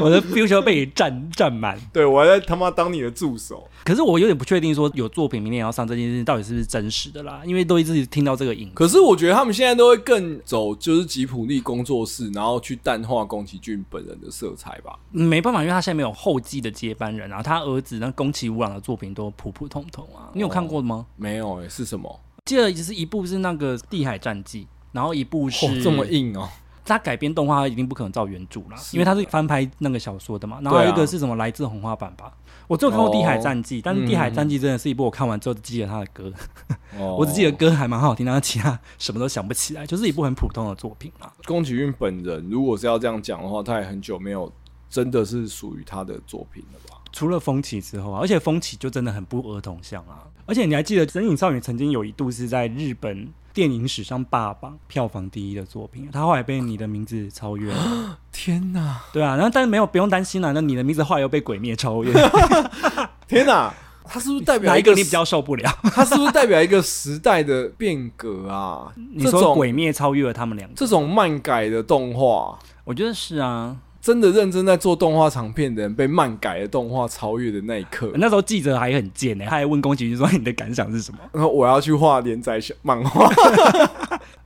Speaker 1: 我的 future 被你占占满。
Speaker 2: 对我还在他妈当你的助手，
Speaker 1: 可是我有点不确定，说有作品明年要上这件事情到底是不是真实的啦，因为都一直听到这个影。
Speaker 2: 可是我觉得他们现在都会更走就是吉普力工作室，然后去淡化宫崎骏本人的色彩吧。
Speaker 1: 没办法，因为他现在没有后继的接班人啊，他儿子那宫崎吾朗的作品都普普通通啊。你
Speaker 2: 哦
Speaker 1: 有看过吗？
Speaker 2: 没有诶、是什么？
Speaker 1: 记得就是一部是那个《地海战记》，然后一部是、
Speaker 2: 哦，这么。硬哦、
Speaker 1: 他改编动画，他一定不可能照原著啦，
Speaker 2: 是
Speaker 1: 因为他是翻拍那个小说的嘛。然
Speaker 2: 对
Speaker 1: 后
Speaker 2: 啊
Speaker 1: 还有一个是什么《来自红花坂》吧？我只有看过《地海战记》，但是《地海战记》真的是一部我看完之后只记得他的歌，
Speaker 2: 哦
Speaker 1: <laughs> 我只记得歌还蛮好听，但是其他什么都想不起来，就是一部很普通的作品啦。
Speaker 2: 宫崎骏本人，如果是要这样讲的话，他也很久没有真的是属于他的作品了吧？
Speaker 1: 除了风起之后啊，而且风起就真的很不儿童像啊。而且你还记得《神隐少女》曾经有一度是在日本电影史上霸榜票房第一的作品，它后来被《你的名字》超
Speaker 2: <gasps>
Speaker 1: 越
Speaker 2: 哦
Speaker 1: 了。 <gasps>
Speaker 2: 天哪，
Speaker 1: 对啊，然后但是没有不用担心啦、那《你的名字》后来又被《鬼灭》超越，
Speaker 2: 天哪，他是不 <laughs> 是代表
Speaker 1: 哪一个
Speaker 2: 时
Speaker 1: 你比较？受不了？
Speaker 2: <laughs> 他是不是代表一个时代的变革啊？
Speaker 1: <laughs> 你
Speaker 2: 这
Speaker 1: 说《
Speaker 2: 种
Speaker 1: 鬼灭》超越了他们两个，
Speaker 2: 这种漫改的动画，
Speaker 1: 我觉得是啊。
Speaker 2: 真的认真在做动画长片的人被漫改的动画超越的那一刻，
Speaker 1: 那时候记者还很贱欸呢、他还问宫崎骏说：“ <laughs> 你的感想是什么
Speaker 2: 然后我要去画连载小漫画。？”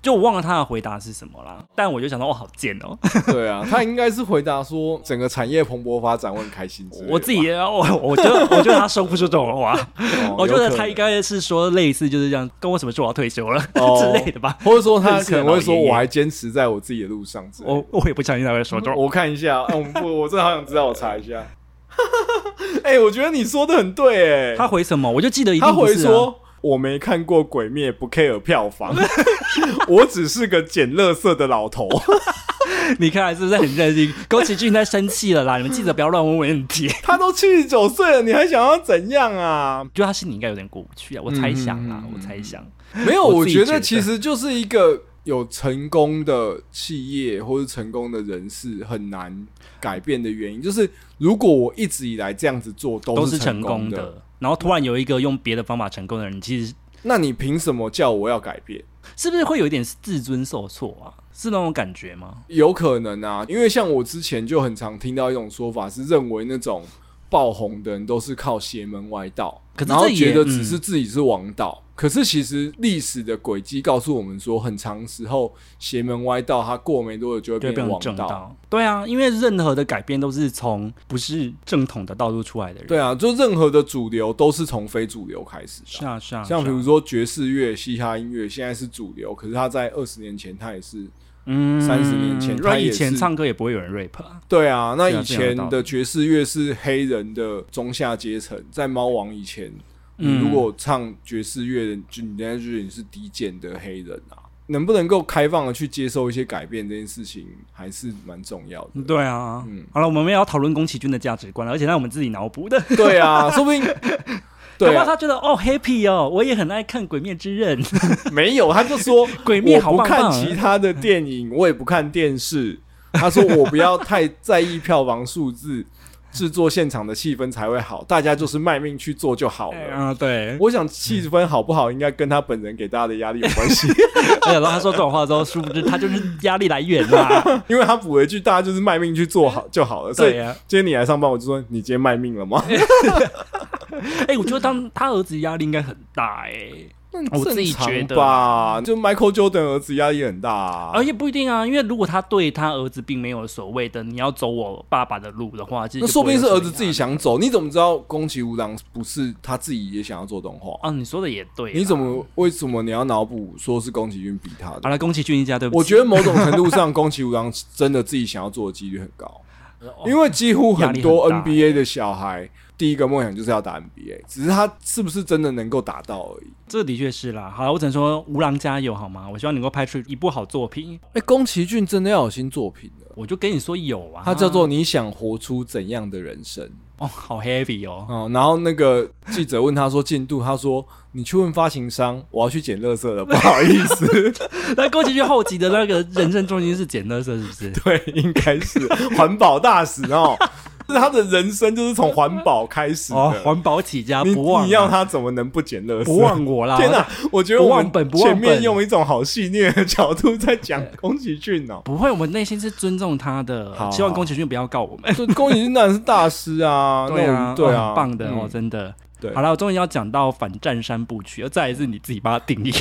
Speaker 1: 就我忘了他的回答是什么啦，但我就想到，哦，好贱哦！
Speaker 2: <laughs> 对啊，他应该是回答说整个产业蓬勃发展，我很开心之类的吧。
Speaker 1: 我自己也，我我觉得，我觉得他说不出这种话。
Speaker 2: 哦，
Speaker 1: 我觉
Speaker 2: 有
Speaker 1: 得
Speaker 2: 可
Speaker 1: 他
Speaker 2: 能
Speaker 1: 应该是说类似就是这样，跟我什么时候我要退休了、
Speaker 2: 哦
Speaker 1: 之类的吧。
Speaker 2: 或者说他
Speaker 1: 认识
Speaker 2: 可
Speaker 1: 的
Speaker 2: 能会说
Speaker 1: 老爷爷
Speaker 2: 我还坚持在我自己的路上之类的。
Speaker 1: 我我也不相信他会说这种。
Speaker 2: 我看一下，嗯，我我真的好想知道，我查一下。 <laughs> 哎、我觉得你说的很对、哎，
Speaker 1: 他回什么？我就记得一定
Speaker 2: 他
Speaker 1: 不
Speaker 2: 回
Speaker 1: 是啊
Speaker 2: 说。我没看过《鬼灭》，不 care 票房， <laughs> 我只是个捡垃圾的老头。 <laughs>
Speaker 1: 你看来是不是很任性？ <laughs> 宫崎骏在生气了啦！你们记者不要乱问问题。
Speaker 2: 他都七十九岁了，你还想要怎样啊？
Speaker 1: 就他心里应该有点过不去啊，我猜想啊，
Speaker 2: 嗯
Speaker 1: 我猜想。 <laughs>
Speaker 2: 没有，我
Speaker 1: 我自己
Speaker 2: 觉
Speaker 1: 觉
Speaker 2: 得
Speaker 1: 得
Speaker 2: 其实就是一个有成功的企业或是成功的人士很难改变的原因，就是如果我一直以来这样子做
Speaker 1: 都
Speaker 2: 是
Speaker 1: 是成功
Speaker 2: 功
Speaker 1: 的，，然后突然有一个用别的方法成功的人，其实
Speaker 2: 那你凭什么叫我要改变？
Speaker 1: 是不是会有一点自尊受挫啊？是那种感觉吗？
Speaker 2: 有可能啊，因为像我之前就很常听到一种说法，是认为那种爆红的人都是靠邪门歪道，
Speaker 1: 可是
Speaker 2: 然后
Speaker 1: 这也嗯
Speaker 2: 觉得只是自己是王道。可是其实历史的轨迹告诉我们说，很长时候邪门歪道，它过没多久就会
Speaker 1: 就会变
Speaker 2: 变成
Speaker 1: 成
Speaker 2: 王
Speaker 1: 正
Speaker 2: 道。
Speaker 1: 道。对啊，因为任何的改变都是从不是正统的道路出来的人。
Speaker 2: 对啊，就任何的主流都是从非主流开始
Speaker 1: 是
Speaker 2: 的啊。
Speaker 1: 啊，是啊，
Speaker 2: 像
Speaker 1: 是
Speaker 2: 比
Speaker 1: 啊
Speaker 2: 如说爵士乐、嘻哈音乐，现在是主流，可是它在二十年前，它也是
Speaker 1: 嗯
Speaker 2: 30年前他
Speaker 1: 那以
Speaker 2: 也
Speaker 1: 前
Speaker 2: 是
Speaker 1: 唱歌也不会有人 rap 啊。
Speaker 2: 对啊，那
Speaker 1: 对啊
Speaker 2: 以
Speaker 1: 这样有
Speaker 2: 前
Speaker 1: 道理
Speaker 2: 的爵士乐是黑人的中下阶层，在猫王以前，
Speaker 1: 嗯
Speaker 2: 你如果唱爵士乐，就你人家觉得你是低贱的黑人啊。能不能够开放的去接受一些改变这件事情，还是蛮重要的。
Speaker 1: 对啊，
Speaker 2: 嗯
Speaker 1: 好了，我们也要讨论宫崎骏的价值观了，而且那我们自己脑补的。
Speaker 2: 对啊，说
Speaker 1: <laughs>
Speaker 2: 不定对
Speaker 1: 搞不好
Speaker 2: 啊，
Speaker 1: <laughs> 他觉得哦 happy 哦，我也很爱看《鬼灭之刃》，
Speaker 2: 没有，他就说
Speaker 1: <laughs> 鬼灭好
Speaker 2: 我不
Speaker 1: 棒棒啊
Speaker 2: 看其他的电影，我也不看电视。他说我不要太在意票房数字，制作现场的气氛才会好，大家就是卖命去做
Speaker 1: <laughs>
Speaker 2: 就好了。
Speaker 1: 啊、对。
Speaker 2: 我想气氛好不好，应该跟他本人给大家的压力有关系， <laughs>
Speaker 1: <laughs> 而且他说这种话之后，殊不知他就是压力来源
Speaker 2: <laughs>
Speaker 1: 啦。
Speaker 2: 因为他补了一句，大家就是卖命去做好就好了。所以
Speaker 1: 对啊
Speaker 2: 今天你来上班，我就说你今天卖命了 <laughs> 吗？
Speaker 1: 哎、我觉得当他儿子压力应该很大哎、我自己觉
Speaker 2: 正常
Speaker 1: 得
Speaker 2: 吧，就 Michael Jordan 儿子压力很大、啊，
Speaker 1: 而且不一定啊，因为如果他对他儿子并没有所谓的你要走我爸爸的路的话，其实
Speaker 2: 那
Speaker 1: 就
Speaker 2: 说不
Speaker 1: 会
Speaker 2: 定是
Speaker 1: 有
Speaker 2: 儿
Speaker 1: 什
Speaker 2: 子
Speaker 1: 么
Speaker 2: 自己
Speaker 1: 压力
Speaker 2: 想走，你怎么知道宫崎吾郎不是他自己也想要做动画？
Speaker 1: 啊。你说的也对，
Speaker 2: 你怎？么为什么你要脑补说是宫崎骏逼他
Speaker 1: 好
Speaker 2: 的？
Speaker 1: 了，宫崎骏一家对不起，
Speaker 2: 我觉得某种程度上，宫崎吾郎真的自己想要做的几率很 <laughs> 高。
Speaker 1: 得
Speaker 2: 因为几乎哦很多
Speaker 1: 压力很大
Speaker 2: NBA 的小孩第一个梦想就是要打 NBA，只是他是不是真的能够打到而已。
Speaker 1: 这的确是啦。好了，我只能说吴郎加油好吗？我希望你能够拍出一部好作品。
Speaker 2: 哎、宫崎骏真的要有新作品了，
Speaker 1: 我就跟你说有啊，
Speaker 2: 它叫做《你想活出怎样的人生》
Speaker 1: 哦，好 heavy 哦。
Speaker 2: 哦。然后那个记者问他说进度，他说你去问发行商，我要去捡垃圾了，不好意
Speaker 1: <laughs>
Speaker 2: 思。
Speaker 1: 那宫崎骏后期的
Speaker 2: <laughs>
Speaker 1: 那个人生重心是捡垃圾，是不是？
Speaker 2: 对，应该是环保大使哦。就是他的人生就是从环保开始的。
Speaker 1: 哦，环保起家
Speaker 2: 你
Speaker 1: 不忘、啊，
Speaker 2: 你要他怎么能不捡垃圾？
Speaker 1: 不忘我啦！
Speaker 2: <laughs> 天哪、我觉得
Speaker 1: 不
Speaker 2: 我
Speaker 1: 忘
Speaker 2: 们
Speaker 1: 本不忘
Speaker 2: 前面
Speaker 1: 本
Speaker 2: 用一种好戏虐的角度在讲宫崎骏哦、 <laughs>
Speaker 1: 不会，我们内心是尊重他的，
Speaker 2: 好
Speaker 1: 希望宫崎骏不要告我们。
Speaker 2: 这宫崎骏当然是大师啊，
Speaker 1: 对
Speaker 2: 那
Speaker 1: 啊，
Speaker 2: 种对
Speaker 1: 哦
Speaker 2: 啊，
Speaker 1: 很棒的哦，
Speaker 2: 嗯
Speaker 1: 真的。
Speaker 2: 对
Speaker 1: 好了，我终于要讲到反战山部曲，而再来是你自己把它定
Speaker 2: <laughs>
Speaker 1: 义。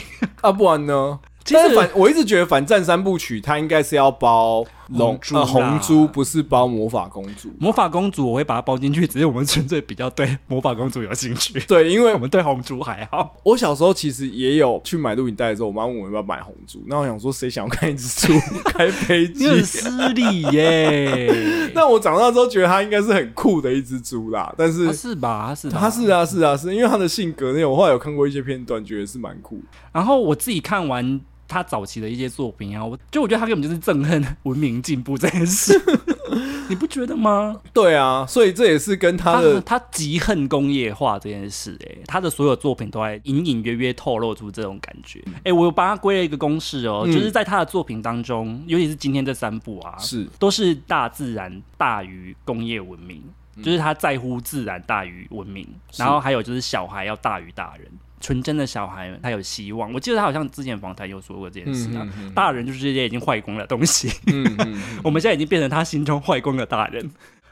Speaker 2: 啊，不然呢？
Speaker 1: 其
Speaker 2: 但是
Speaker 1: 实
Speaker 2: 反，我一直觉得反战三部曲，它应该是要包龙
Speaker 1: 红猪
Speaker 2: 呃
Speaker 1: 啦
Speaker 2: 红猪，不是包魔法公主。
Speaker 1: 魔法公主我会把它包进去，只是我们纯粹比较对 <laughs> 魔法公主有兴趣，
Speaker 2: 对，因为
Speaker 1: 我们对红猪还好。
Speaker 2: 我小时候其实也有去买录影带的时候，我妈问我要不要买红猪，那我想说谁想要看一只猪开飞
Speaker 1: 你
Speaker 2: 机？
Speaker 1: 很失礼耶， <laughs>
Speaker 2: 那我长大之后觉得它应该是很酷的一只猪啦，但是
Speaker 1: 他是吧？他是吧
Speaker 2: 它是啊是啊是，因为它的性格那种，我后来有看过一些片段，觉得是蛮酷的。
Speaker 1: 然后我自己看完他早期的一些作品啊，我就我觉得他根本就是憎恨文明进步这件
Speaker 2: <laughs>
Speaker 1: 事，你不觉得吗？
Speaker 2: 对啊，所以这也是跟它
Speaker 1: 他
Speaker 2: 的
Speaker 1: 他极恨工业化这件事、欸，他的所有作品都在隐隐约约透露出这种感觉。哎、我帮他归了一个公式哦、
Speaker 2: 嗯
Speaker 1: 就是在他的作品当中，尤其是今天这三部啊，
Speaker 2: 是
Speaker 1: 都是大自然大于工业文明，
Speaker 2: 嗯
Speaker 1: 就是他在乎自然大于文明，然后还有就是小孩要大于大人。纯真的小孩，他有希望。我记得他好像之前访谈有说过这件事啊。
Speaker 2: 嗯嗯嗯
Speaker 1: 大人就是这些已经坏光的东西，
Speaker 2: 嗯嗯嗯
Speaker 1: 我们现在已经变成他心中坏光的大人。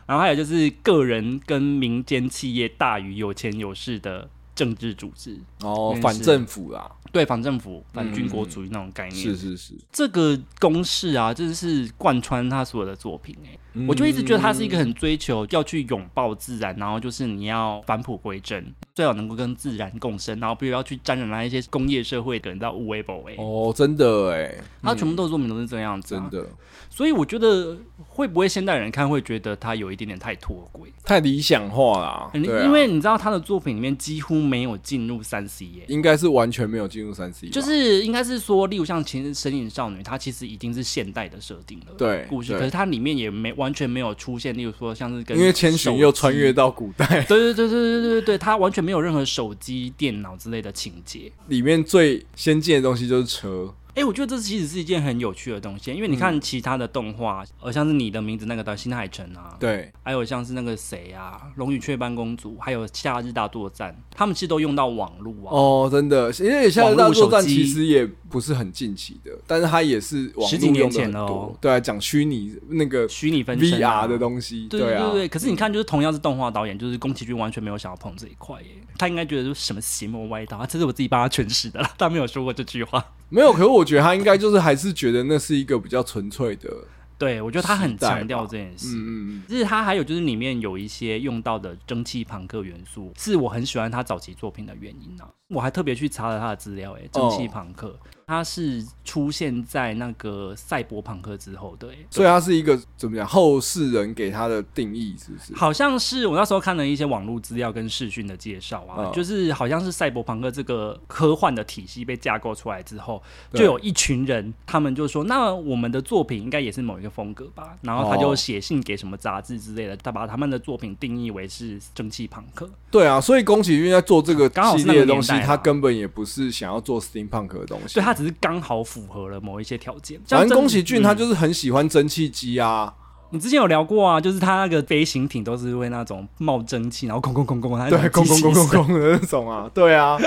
Speaker 1: 然后还有就是个人跟民间企业大于有钱有势的政治组织，
Speaker 2: 哦
Speaker 1: 嗯
Speaker 2: 反
Speaker 1: 是
Speaker 2: 政府啦，
Speaker 1: 对反政府、反军国主义那种概念。
Speaker 2: 嗯是是是，
Speaker 1: 这个公式啊，真的是贯穿他所有的作品、欸。我就一直觉得他是一个很追求要去拥抱自然，然后就是你要返璞归真，最好能够跟自然共生，然后不要去沾染那一些工业社会的人到无为不为。
Speaker 2: 哦，真的哎、
Speaker 1: 他全部都作品都是这样子、啊
Speaker 2: 真，的
Speaker 1: 所以我觉得会不会现代人看会觉得他有一点点太脱轨？
Speaker 2: 太理想化啦，
Speaker 1: 嗯
Speaker 2: 对啊
Speaker 1: 因为你知道他的作品里面几乎没有进入三 C 耶。
Speaker 2: 应该是完全没有进入三 C，吧
Speaker 1: 就是应该是说，例如像《情深影少女》，它其实已经是现代的设定了，
Speaker 2: 对
Speaker 1: 故事，
Speaker 2: 对
Speaker 1: 可是它里面也没完全没有出现，例如说像是跟
Speaker 2: 因为千寻又穿越
Speaker 1: 手
Speaker 2: 到古代
Speaker 1: 机，，对对对对对对对，它完全没有任何手机、电脑之类的情节。
Speaker 2: <laughs> 里面最先进的东西就是车，
Speaker 1: 哎、我觉得这其实是一件很有趣的东西，因为你看其他的动画，呃，像是你的名字那个的新海诚啊，
Speaker 2: 对，
Speaker 1: 还有像是那个谁啊，《龙与雀斑公主》，还有《夏日大作战》，他们其实都用到网络啊。
Speaker 2: 哦，真的，因为《夏日大作
Speaker 1: 网络》
Speaker 2: 战
Speaker 1: 手机
Speaker 2: 其实也不是很近期的，但是它也是网
Speaker 1: 十
Speaker 2: 络
Speaker 1: 几年
Speaker 2: 用的
Speaker 1: 前
Speaker 2: 很
Speaker 1: 了哦
Speaker 2: 多，对啊，讲虚拟那个
Speaker 1: 虚拟分身、啊、
Speaker 2: VR 的东西，
Speaker 1: 对对
Speaker 2: 啊，
Speaker 1: 对对，可是你看，就是同样是动画导演，就是宫崎骏完全没有想要碰这一块耶，他应该觉得说什么邪魔歪道，啊这是我自己帮他诠释的啦，他没有说过这句话。
Speaker 2: 没有，可是我觉得他应该就是还是觉得那是一个比较纯粹的，
Speaker 1: 对，我觉得他很
Speaker 2: 时代吧
Speaker 1: 强调这件事。
Speaker 2: 嗯嗯嗯，
Speaker 1: 就是它还有就是里面有一些用到的蒸汽朋克元素，是我很喜欢他早期作品的原因啊。我还特别去查了他的资料、欸，蒸汽朋克，它是出现在那个赛博朋克之后的、欸，
Speaker 2: 所以它是一个怎么讲，后世人给他的定义是不是？
Speaker 1: 好像是我那时候看了一些网络资料跟视讯的介绍啊，
Speaker 2: 嗯
Speaker 1: 就是好像是赛博朋克这个科幻的体系被架构出来之后，
Speaker 2: 对
Speaker 1: 就有一群人，他们就说，那我们的作品应该也是某一个风格吧，然后他就写信给什么杂志之类的，他把他们的作品定义为是蒸汽朋克。
Speaker 2: 对啊，所以宫崎骏在做这个
Speaker 1: 刚好
Speaker 2: 系
Speaker 1: 是那
Speaker 2: 列
Speaker 1: 个
Speaker 2: 的东西，
Speaker 1: 年代啊
Speaker 2: 他根本也不是想要做 steampunk 的东西。
Speaker 1: 所以他只是刚好符合了某一些条件。像
Speaker 2: 反正
Speaker 1: 蒸
Speaker 2: 宫崎骏他
Speaker 1: 嗯
Speaker 2: 就是很喜欢蒸汽机啊，
Speaker 1: 你之前有聊过啊，就是他那个飞行艇都是会那种冒蒸汽，然后空空空空，它
Speaker 2: 对，空空空空空的那种啊，对啊，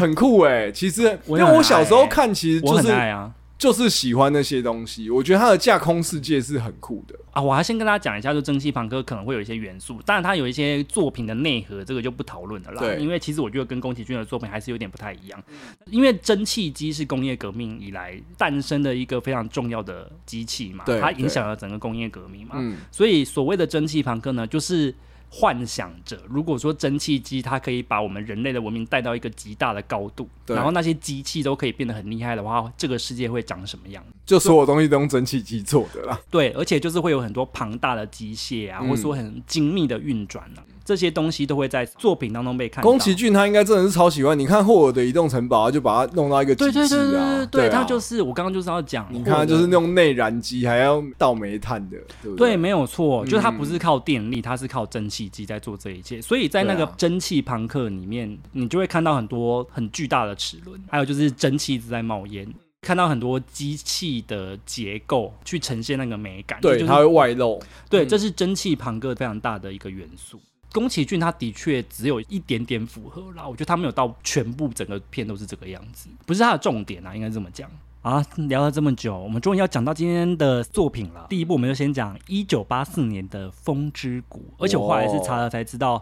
Speaker 2: 很酷哎、其实，因
Speaker 1: 我
Speaker 2: 为
Speaker 1: 也很
Speaker 2: 我小时候
Speaker 1: 爱欸
Speaker 2: 看，其实
Speaker 1: 我
Speaker 2: 就
Speaker 1: 很
Speaker 2: 是
Speaker 1: 爱啊。
Speaker 2: 就是喜欢那些东西。我觉得他的架空世界是很酷的。
Speaker 1: 啊，我还先跟大家讲一下，就蒸汽朋克可能会有一些元素，当然它有一些作品的内核，这个就不讨论了啦。
Speaker 2: 对嗯
Speaker 1: 因为其实我觉得跟宫崎骏的作品还是有点不太一样，因为蒸汽机是工业革命以来诞生的一个非常重要的机器嘛
Speaker 2: 对，
Speaker 1: 它影响了整个工业革命嘛。
Speaker 2: 嗯，
Speaker 1: 所以所谓的蒸汽朋克呢，就是幻想着，如果说蒸汽机它可以把我们人类的文明带到一个极大的高度，
Speaker 2: 对
Speaker 1: 然后那些机器都可以变得很厉害的话，这个世界会长什么样？
Speaker 2: 就所有东西都用蒸汽机做的啦。
Speaker 1: 对，而且就是会有很多庞大的机械啊，
Speaker 2: 嗯
Speaker 1: 或者说很精密的运转啊，这些东西都会在作品当中被看到。
Speaker 2: 宫崎骏他应该真的是超喜欢。你看霍尔的移动城堡，他就把它弄到一个极
Speaker 1: 对
Speaker 2: 致
Speaker 1: 对对
Speaker 2: 啊，
Speaker 1: 对对对，
Speaker 2: 啊
Speaker 1: 他就是我刚刚就是要讲，
Speaker 2: 你看他就是那
Speaker 1: 种
Speaker 2: 种内燃机，还要倒煤炭的，对不
Speaker 1: 对，
Speaker 2: 对
Speaker 1: 没有错，
Speaker 2: 嗯
Speaker 1: 就是它不是靠电力，它是靠蒸汽机在做这一切。所以在那
Speaker 2: 对
Speaker 1: 个
Speaker 2: 啊
Speaker 1: 蒸汽朋克里面，你就会看到很多很巨大的齿轮，还有就是蒸汽一直在冒烟。看到很多机器的结构去呈现那个美感，
Speaker 2: 对，
Speaker 1: 这就
Speaker 2: 它
Speaker 1: 是
Speaker 2: 会外露。
Speaker 1: 对，
Speaker 2: 嗯
Speaker 1: 这是蒸汽朋克非常大的一个元素。宫崎骏他的确只有一点点符合啦，我觉得他没有到全部整个片都是这个样子，不是他的重点啊，应该这么讲。啊，聊了这么久，我们终于要讲到今天的作品了。第一部我们就先讲一九八四年的《风之谷》，而且我后来是查了才知道，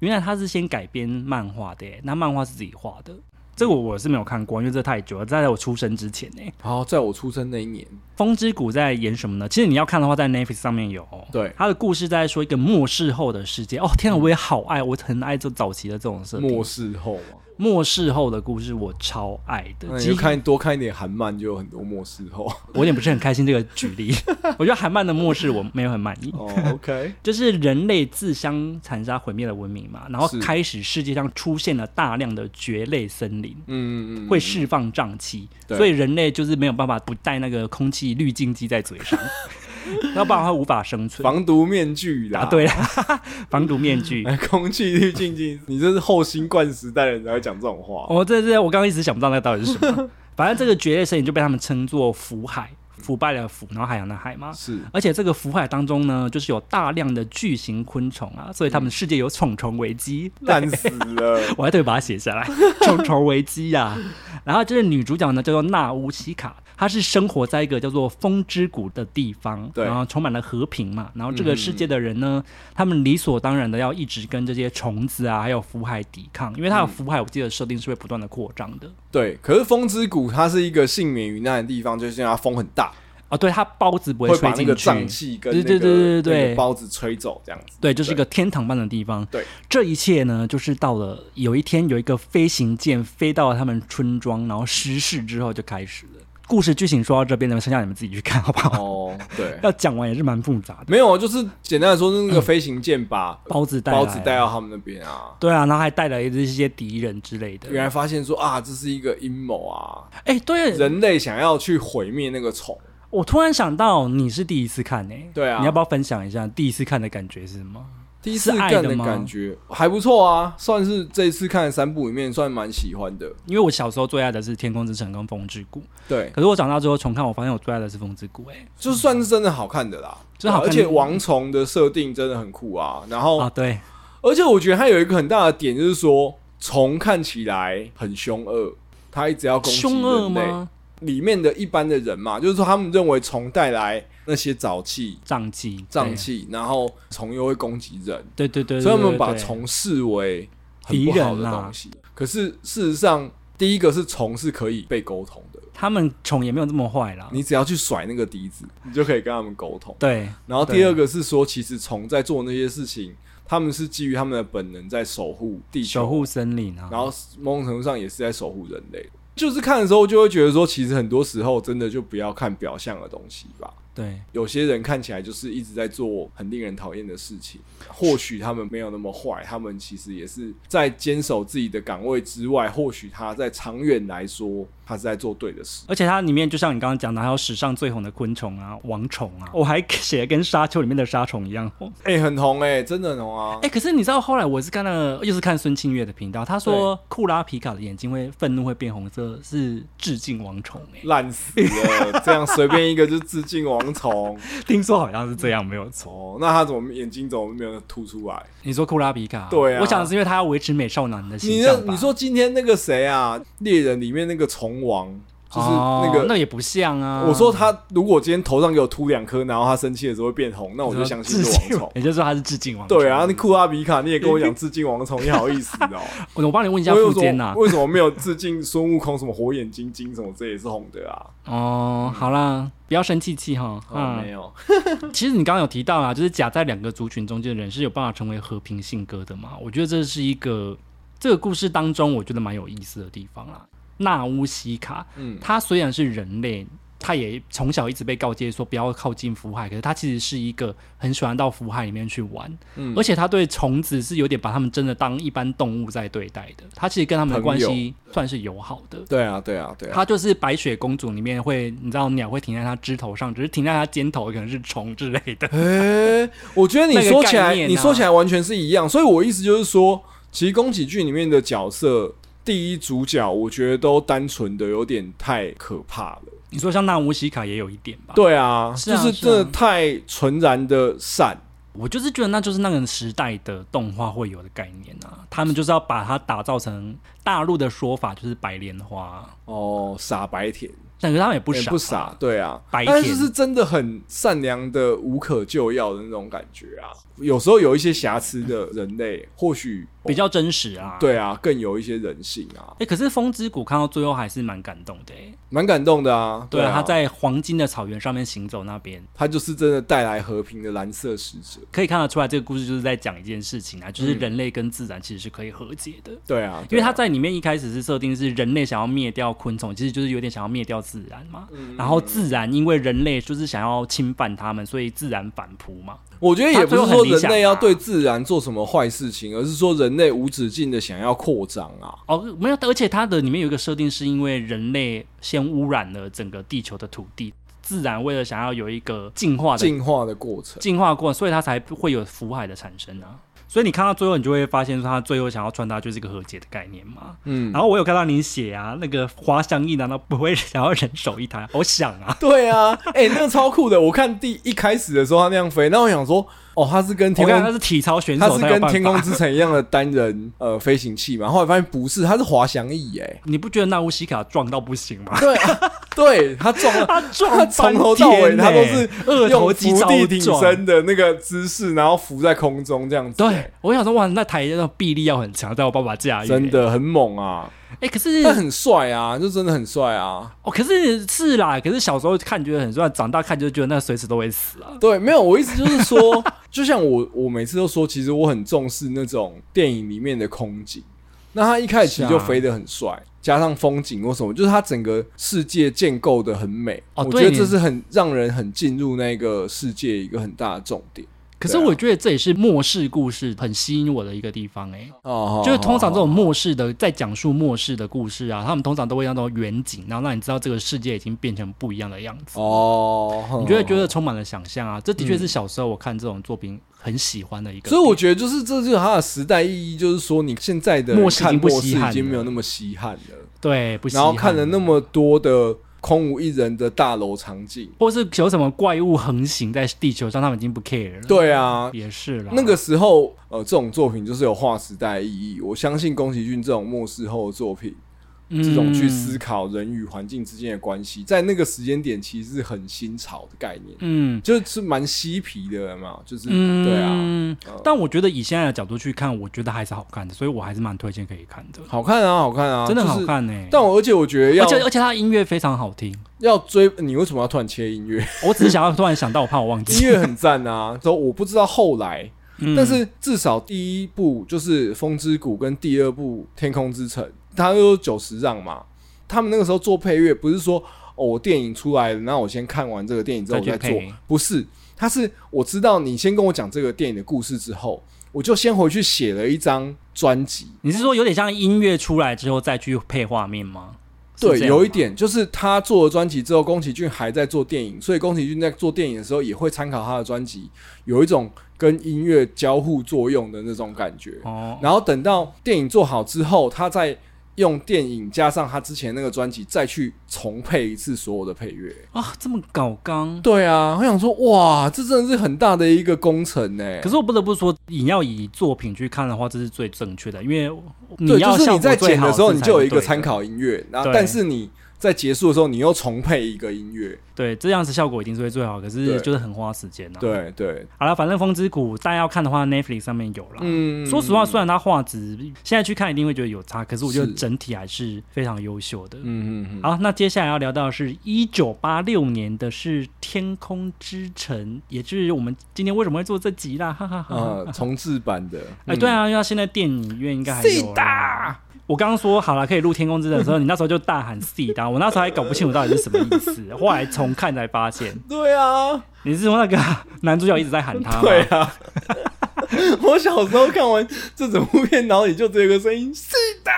Speaker 1: 原来他是先改编漫画的耶，那漫画是自己画的。这个我是没有看过，因为这太久了，在我出生之前呢。
Speaker 2: 然后在我出生那一年，
Speaker 1: 风之谷在演什么呢？其实你要看的话，在 Netflix 上面有。
Speaker 2: 对
Speaker 1: 它的故事在说一个末世后的世界。哦，天啊，我也好爱，我很爱这早期的这种设定。
Speaker 2: 末世后嘛，
Speaker 1: 末世后的故事，我超爱的。
Speaker 2: 那你
Speaker 1: 其
Speaker 2: 就
Speaker 1: 实
Speaker 2: 看多看一点韩漫，就有很多末
Speaker 1: <laughs>
Speaker 2: 世后。
Speaker 1: 我有点不是很开心这个举
Speaker 2: <laughs>
Speaker 1: 例，我觉得韩漫的末世我没有很满意。
Speaker 2: 哦，OK，
Speaker 1: 就是人类自相残杀毁灭了文明嘛，然后
Speaker 2: 是
Speaker 1: 开始世界上出现了大量的蕨类森林，
Speaker 2: 嗯嗯嗯，
Speaker 1: 会释放瘴气，
Speaker 2: 对
Speaker 1: 所以人类就是没有办法不戴那个空气滤净机在嘴
Speaker 2: <laughs>
Speaker 1: 上，要不然它无法生存。
Speaker 2: 防毒面具啦，
Speaker 1: 答对了，啊 <laughs> 防毒面具。
Speaker 2: 哎， <laughs> 空气滤净机，你这是后新冠时代的人才会讲这种话。
Speaker 1: 我哦这这，我刚刚一直想不到那到底是什 <laughs> 么。反正这个蕨类森林就被他们称作福海，腐败的腐，然后海洋的海嘛。
Speaker 2: 是
Speaker 1: 而且这个福海当中呢，就是有大量的巨型昆虫啊，所以他们世界有虫虫危机。
Speaker 2: 烂死了，
Speaker 1: 我还特别把它写下
Speaker 2: <laughs>
Speaker 1: 来，虫虫危机呀、啊。然后这个女主角呢，叫做纳乌西卡，她是生活在一个叫做风之谷的地方，
Speaker 2: 对嗯
Speaker 1: 然后充满了和平嘛。然后这个世界的人呢，他们理所当然的要一直跟这些虫子啊，还有福海抵抗，因为
Speaker 2: 嗯
Speaker 1: 它的福海，我记得设定是会不断的扩张的。
Speaker 2: 对。可是风之谷它是一个幸免于难的地方，就是因为它风很大，
Speaker 1: 哦，对，它包子不
Speaker 2: 会
Speaker 1: 吹
Speaker 2: 把那
Speaker 1: 进
Speaker 2: 个瘴
Speaker 1: 去，
Speaker 2: 气跟
Speaker 1: 对
Speaker 2: 那
Speaker 1: 对
Speaker 2: 个
Speaker 1: 对对对
Speaker 2: 那个包子吹走，这样子。
Speaker 1: 对，就是一个天堂般的地方。
Speaker 2: 对，
Speaker 1: 这一切呢，就是到了有一天，有一个飞行舰飞到了他们村庄，然后失事之后就开始了。故事剧情说到这边，你们剩下你们自己去看好不好？
Speaker 2: 哦，
Speaker 1: <laughs>
Speaker 2: 对，
Speaker 1: 要讲完也是蛮复杂的。
Speaker 2: 没有，就是简单的说，那个飞行舰把
Speaker 1: <laughs> 包子带来
Speaker 2: 包子带到他们那边啊。
Speaker 1: 对啊，然后还带来一些敌人之类的。
Speaker 2: 原来发现说啊，这是一个阴谋啊，
Speaker 1: 哎、对，
Speaker 2: 人类想要去毁灭那个虫。
Speaker 1: 我突然想到你是第一次看呢、欸
Speaker 2: 对啊
Speaker 1: 你要不要分享一下第一次看的感觉是什么？
Speaker 2: 第一次
Speaker 1: 是爱
Speaker 2: 看
Speaker 1: 的吗
Speaker 2: 感觉还不错啊，算是这次看的三部里面算蛮喜欢的。
Speaker 1: 因为我小时候最爱的是《天空之城》跟《风之谷》，
Speaker 2: 对，
Speaker 1: 可是我长大之后重看，我发现我最爱的是《风之谷、欸》
Speaker 2: 就算是真的好看的啦，
Speaker 1: 真的好看
Speaker 2: 而且王虫的设定真的很酷啊。然后，
Speaker 1: 啊，对，
Speaker 2: 而且我觉得它有一个很大的点，就是说虫看起来很凶恶，它一直要攻击
Speaker 1: 凶恶
Speaker 2: 人类。
Speaker 1: 吗？
Speaker 2: 里面的一般的人嘛，就是说他们认为虫带来那些沼气、
Speaker 1: 瘴气，
Speaker 2: 瘴气，然后虫又会攻击人，
Speaker 1: 对，对对对对，
Speaker 2: 所以我们把
Speaker 1: 对
Speaker 2: 虫视为很不好
Speaker 1: 敌
Speaker 2: 的
Speaker 1: 人啊
Speaker 2: 东西。可是事实上，第一个是虫是可以被沟通的，
Speaker 1: 他们虫也没有这么坏啦。
Speaker 2: 你只要去甩那个笛子，你就可以跟他们沟通。
Speaker 1: 对
Speaker 2: 然后第二个是说，其实虫在做那些事情，他们是基于他们的本能在守护地球，
Speaker 1: 守护森林啊，
Speaker 2: 然后某种程度上也是在守护人类。就是看的时候就会觉得说，其实很多时候真的就不要看表象的东西吧。
Speaker 1: 对
Speaker 2: 有些人看起来就是一直在做很令人讨厌的事情，或许他们没有那么坏，他们其实也是在坚守自己的岗位之外，或许他在长远来说，他是在做对的事。
Speaker 1: 而且它里面就像你刚刚讲的，还有史上最红的昆虫啊、王虫啊，我还写得跟沙丘里面的沙虫一样红。
Speaker 2: 哎、很红哎、真的很红啊！
Speaker 1: 哎、可是你知道后来我是看了，又是看孙清月的频道，他说库拉皮卡的眼睛会愤怒会变红色，是致敬王虫、欸。
Speaker 2: 烂死了，这样随便一个就致敬王虫
Speaker 1: 听说好像是这样，没有错。
Speaker 2: 哦。那他怎么眼睛怎么没有凸出来？
Speaker 1: 你说库拉皮卡？
Speaker 2: 对啊
Speaker 1: 我想是因为他要维持美少男的
Speaker 2: 你
Speaker 1: 形
Speaker 2: 那
Speaker 1: 象吧。
Speaker 2: 你说今天那个谁啊，猎人里面那个虫王，就是那个、
Speaker 1: 哦那也不像啊。
Speaker 2: 我说他如果今天头上给我秃两颗，然后他生气的时候会变红，那我就相信
Speaker 1: 致
Speaker 2: 是
Speaker 1: 敬
Speaker 2: 王虫。
Speaker 1: <laughs> 也就是说他是致敬王虫。
Speaker 2: 对啊，你库拉比卡你也跟我讲致敬王虫，你好意思
Speaker 1: <laughs>
Speaker 2: 哦、
Speaker 1: 我我帮你问一下
Speaker 2: 我有
Speaker 1: 富
Speaker 2: 什
Speaker 1: 坚啊
Speaker 2: 么、
Speaker 1: 呐、
Speaker 2: 为什么没有致敬孙悟空什么火眼金睛什么，这也是红的啊？
Speaker 1: 哦，好啦，不要生气气哈。嗯，
Speaker 2: 哦有，
Speaker 1: <laughs> 其实你刚刚有提到啦，就是夹在两个族群中间的人是有办法成为和平性格的嘛？我觉得这是一个这个故事当中我觉得蛮有意思的地方啦。纳乌西卡，
Speaker 2: 嗯，
Speaker 1: 他虽然是人类，他也从小一直被告诫说不要靠近福海，可是他其实是一个很喜欢到福海里面去玩，
Speaker 2: 嗯
Speaker 1: 而且他对虫子是有点把他们真的当一般动物在对待的，他其实跟他们的关
Speaker 2: 朋
Speaker 1: 系算是友好的。
Speaker 2: 对啊，对啊，对啊，
Speaker 1: 它就是白雪公主里面会，你知道鸟会停在它枝头上，只是停在它肩头，可能是虫之类
Speaker 2: <laughs>
Speaker 1: 的。
Speaker 2: 哎、我觉得你
Speaker 1: 那个
Speaker 2: 说起
Speaker 1: 概
Speaker 2: 来，
Speaker 1: 念啊
Speaker 2: 你说起来完全是一样，所以我意思就是说，其实宫崎骏里面的角色第一主角，我觉得都单纯的有点太可怕了。
Speaker 1: 你说像纳乌西卡也有一点吧？，
Speaker 2: 对啊，
Speaker 1: 是啊
Speaker 2: 就是
Speaker 1: 是
Speaker 2: 真的
Speaker 1: 啊
Speaker 2: 太纯然的善。
Speaker 1: 我就是觉得那就是那个时代的动画会有的概念啊，他们就是要把它打造成大陆的说法就是白莲花，
Speaker 2: 哦，傻白甜，
Speaker 1: 但是他们也不
Speaker 2: 欸
Speaker 1: 傻、
Speaker 2: 不傻，，对啊，
Speaker 1: 白
Speaker 2: 但
Speaker 1: 甜
Speaker 2: 是是真的很善良的无可救药的那种感觉啊。有时候有一些瑕疵的人
Speaker 1: <laughs>
Speaker 2: 类，或许哦
Speaker 1: 比较真实啊。。
Speaker 2: 对啊，更有一些人性啊
Speaker 1: 哎、，可是风之谷看到最后还是蛮感动的、欸。
Speaker 2: 蛮感动的啊。
Speaker 1: 对
Speaker 2: 啊，
Speaker 1: 啊，他在黄金的草原上面行走，那边
Speaker 2: 他就是真的带来和平的蓝色使者。
Speaker 1: 可以看得出来，这个故事就是在讲一件事情啊，就是
Speaker 2: 嗯
Speaker 1: 人类跟自然其实是可以和解的。
Speaker 2: 对啊，
Speaker 1: 因为他
Speaker 2: 对啊
Speaker 1: 在里面一开始是设定是人类想要灭掉昆虫，其实就是有点想要灭掉自然嘛。
Speaker 2: 嗯
Speaker 1: 然后自然因为人类就是想要侵犯他们，所以自然反扑嘛。
Speaker 2: 我觉得也
Speaker 1: 他
Speaker 2: 不是
Speaker 1: 最后
Speaker 2: 说
Speaker 1: 很理
Speaker 2: 人
Speaker 1: 想
Speaker 2: 类要
Speaker 1: 啊
Speaker 2: 对自然做什么坏事情，而是说人类无止境的想要扩张啊。
Speaker 1: 哦，没有，而且它的里面有一个设定，是因为人类先污染了整个地球的土地，自然为了想要有一个进化的
Speaker 2: 进化的过程，啊
Speaker 1: 进化过，所以它才会有福海的产生啊。所以你看到最后，你就会发现说，他最后想要传达就是一个和解的概念嘛。
Speaker 2: 嗯，
Speaker 1: 然后我有看到你写啊，那个花香翼难道不会想要人手一台？好想啊！
Speaker 2: 对啊，哎、那个超酷的。我看第一开始的时候他那样飞，那我想说，哦，他是跟
Speaker 1: <laughs> 我
Speaker 2: 天
Speaker 1: 看他
Speaker 2: 空，
Speaker 1: 是体操选
Speaker 2: 他
Speaker 1: 手
Speaker 2: 是
Speaker 1: 才有
Speaker 2: 跟
Speaker 1: 办
Speaker 2: 天空
Speaker 1: 法。
Speaker 2: 之城一样的单人呃飞行器嘛。后来发现不是，他是滑翔翼哎、
Speaker 1: <laughs> 你不觉得纳乌西卡撞到不行吗？ <laughs>
Speaker 2: 对、啊，对他撞了，他
Speaker 1: 撞
Speaker 2: 从头到尾他
Speaker 1: 翻
Speaker 2: 都
Speaker 1: 天
Speaker 2: 是
Speaker 1: 欸二
Speaker 2: 用
Speaker 1: 头肌
Speaker 2: 伏地
Speaker 1: 超
Speaker 2: 挺
Speaker 1: 壮
Speaker 2: 身的那个姿势，然后浮在空中这样子、
Speaker 1: 对，啊我想说哇，那台那种臂力要很强，才有办法驾驭。
Speaker 2: 真，的很猛啊，
Speaker 1: 哎、可是
Speaker 2: 但很帅啊，就真的很帅啊。
Speaker 1: 哦，可是是啦，可是小时候看觉得很帅，长大看就觉得那随时都会死啊。
Speaker 2: 对，没有，我意思就是说，就像我我每次都说，其实我很重视那种电影里面的空景。那他一开始其实
Speaker 1: 是
Speaker 2: 就
Speaker 1: 啊
Speaker 2: 飞得很帅，加上风景或什么，就是他整个世界建构的很美。
Speaker 1: 哦
Speaker 2: 我觉
Speaker 1: 对
Speaker 2: 得
Speaker 1: 你
Speaker 2: 这是很让人很进入那个世界一个很大的重点。
Speaker 1: 可是
Speaker 2: 对啊
Speaker 1: 我觉得这也是末世故事很吸引我的一个地方、欸，
Speaker 2: 哦，
Speaker 1: 就是通常这种
Speaker 2: 哦
Speaker 1: 末世的，在讲述末世的故事啊，他们通常都会让那种远景，然后让你知道这个世界已经变成不一样的样子。
Speaker 2: 哦，
Speaker 1: 你就会觉
Speaker 2: 得。
Speaker 1: 得充满了想象啊！这的确是小时候我看这种作品很喜欢的一个。
Speaker 2: <laughs> 嗯所以我觉得，就是这就是它的时代意义，就是说你现在的
Speaker 1: 末世已
Speaker 2: 看
Speaker 1: 经不
Speaker 2: 末世
Speaker 1: 稀罕
Speaker 2: 已经没有
Speaker 1: 了
Speaker 2: 那么稀罕了，
Speaker 1: 对，不稀
Speaker 2: 然
Speaker 1: 罕
Speaker 2: 后看了那，么多的空无一人的大楼场景，
Speaker 1: 或是有什么怪物横行在地球上，他们已经不 care 了。，
Speaker 2: 对啊，
Speaker 1: 也是啦。
Speaker 2: 那个时候，呃，这种作品就是有划时代意义。我相信宫崎骏这种末世后的作品，
Speaker 1: 嗯
Speaker 2: 这种去思
Speaker 1: 考，
Speaker 2: 考人与环境之间的关系，在那个时间点其实是很新潮的概念，
Speaker 1: 嗯
Speaker 2: 就是蛮嬉皮的嘛，就是、
Speaker 1: 嗯，
Speaker 2: 对啊，。
Speaker 1: 但我觉得以现在的角度去看，我觉得还是好看的，所以我还是蛮推荐可以看的，
Speaker 2: 好看啊，好看啊，
Speaker 1: 真的
Speaker 2: 就是
Speaker 1: 好。看呢、欸
Speaker 2: 但我而且我觉得要
Speaker 1: 而且而且它的音乐非常好听，
Speaker 2: 要追，你为什么要突然切音乐？
Speaker 1: 我只是想要突然想到，我怕我忘
Speaker 2: <laughs> 音
Speaker 1: 记。
Speaker 2: 乐很赞啊，都我不知道后来，
Speaker 1: 嗯
Speaker 2: 但是至少第一部就是《风之谷》跟第二部《天空之城》，它都有九十让嘛。他们那个时候做配乐，不是说哦，我电影出来了，那我先看完这个电影之后我
Speaker 1: 再
Speaker 2: 再
Speaker 1: 去
Speaker 2: 做
Speaker 1: 配，
Speaker 2: 不是，他是我知道你先跟我讲这个电影的故事之后，我就先回去写了一张专辑。
Speaker 1: <laughs> 你是说有点像音乐出来之后再去配画面吗？是
Speaker 2: 对，
Speaker 1: 这样
Speaker 2: 有一
Speaker 1: 吗
Speaker 2: 点就是他做了专辑之后，宫崎骏还在做电影，所以宫崎骏在做电影的时候也会参考他的专辑，有一种跟音乐交互作用的那种感觉。
Speaker 1: 哦，
Speaker 2: 然后等到电影做好之后，他再用电影加上他之前那个专辑，再去重配一次所有的配乐。
Speaker 1: 啊，这么搞刚。
Speaker 2: 对啊，我想说，哇，这真的是很大的一个工程呢、欸
Speaker 1: 可是我不得不说，你要以作品去看的话，这是最正确的，因为你
Speaker 2: 对，
Speaker 1: 要
Speaker 2: 就是
Speaker 1: 效
Speaker 2: 你
Speaker 1: 果
Speaker 2: 在
Speaker 1: 最
Speaker 2: 剪
Speaker 1: 好
Speaker 2: 的时候，
Speaker 1: 这
Speaker 2: 你
Speaker 1: 才
Speaker 2: 就是有一个
Speaker 1: 对的
Speaker 2: 参。考音乐，然后
Speaker 1: 对
Speaker 2: 但是你在结束的时候，你又重配一个音乐。
Speaker 1: 对，这样子效果一定是会最好，可
Speaker 2: 对
Speaker 1: 是就是很花时间啊。，
Speaker 2: 对对，
Speaker 1: 好了，反正《风之谷》大家要看的话，Netflix 上面有啦。
Speaker 2: 嗯，
Speaker 1: 说实话，虽然它画质现在去看一定会觉得有差，可是我觉得
Speaker 2: 是
Speaker 1: 整体还是非常优秀的。
Speaker 2: 嗯嗯嗯，
Speaker 1: 好，那接下来要聊到的是一九八六年的是《天空之城》，也就是我们今天为什么会做这集啦，哈哈哈哈。
Speaker 2: 呃，重置版的，
Speaker 1: 嗯哎、
Speaker 2: 嗯
Speaker 1: 对，啊，因为它现在电影院应该还有啦。我刚刚说好了可以录《天空之城》的
Speaker 2: <laughs>
Speaker 1: 时候，你那时候就大喊 “C” 的，我那时候还搞不清楚到底是什么意思，后来重看才发现，
Speaker 2: 对啊，
Speaker 1: 你是说那个男主角一直在喊他吗？
Speaker 2: 对啊。 <laughs> 我小时候看完这整部片，脑里就只有一个声音：是的。。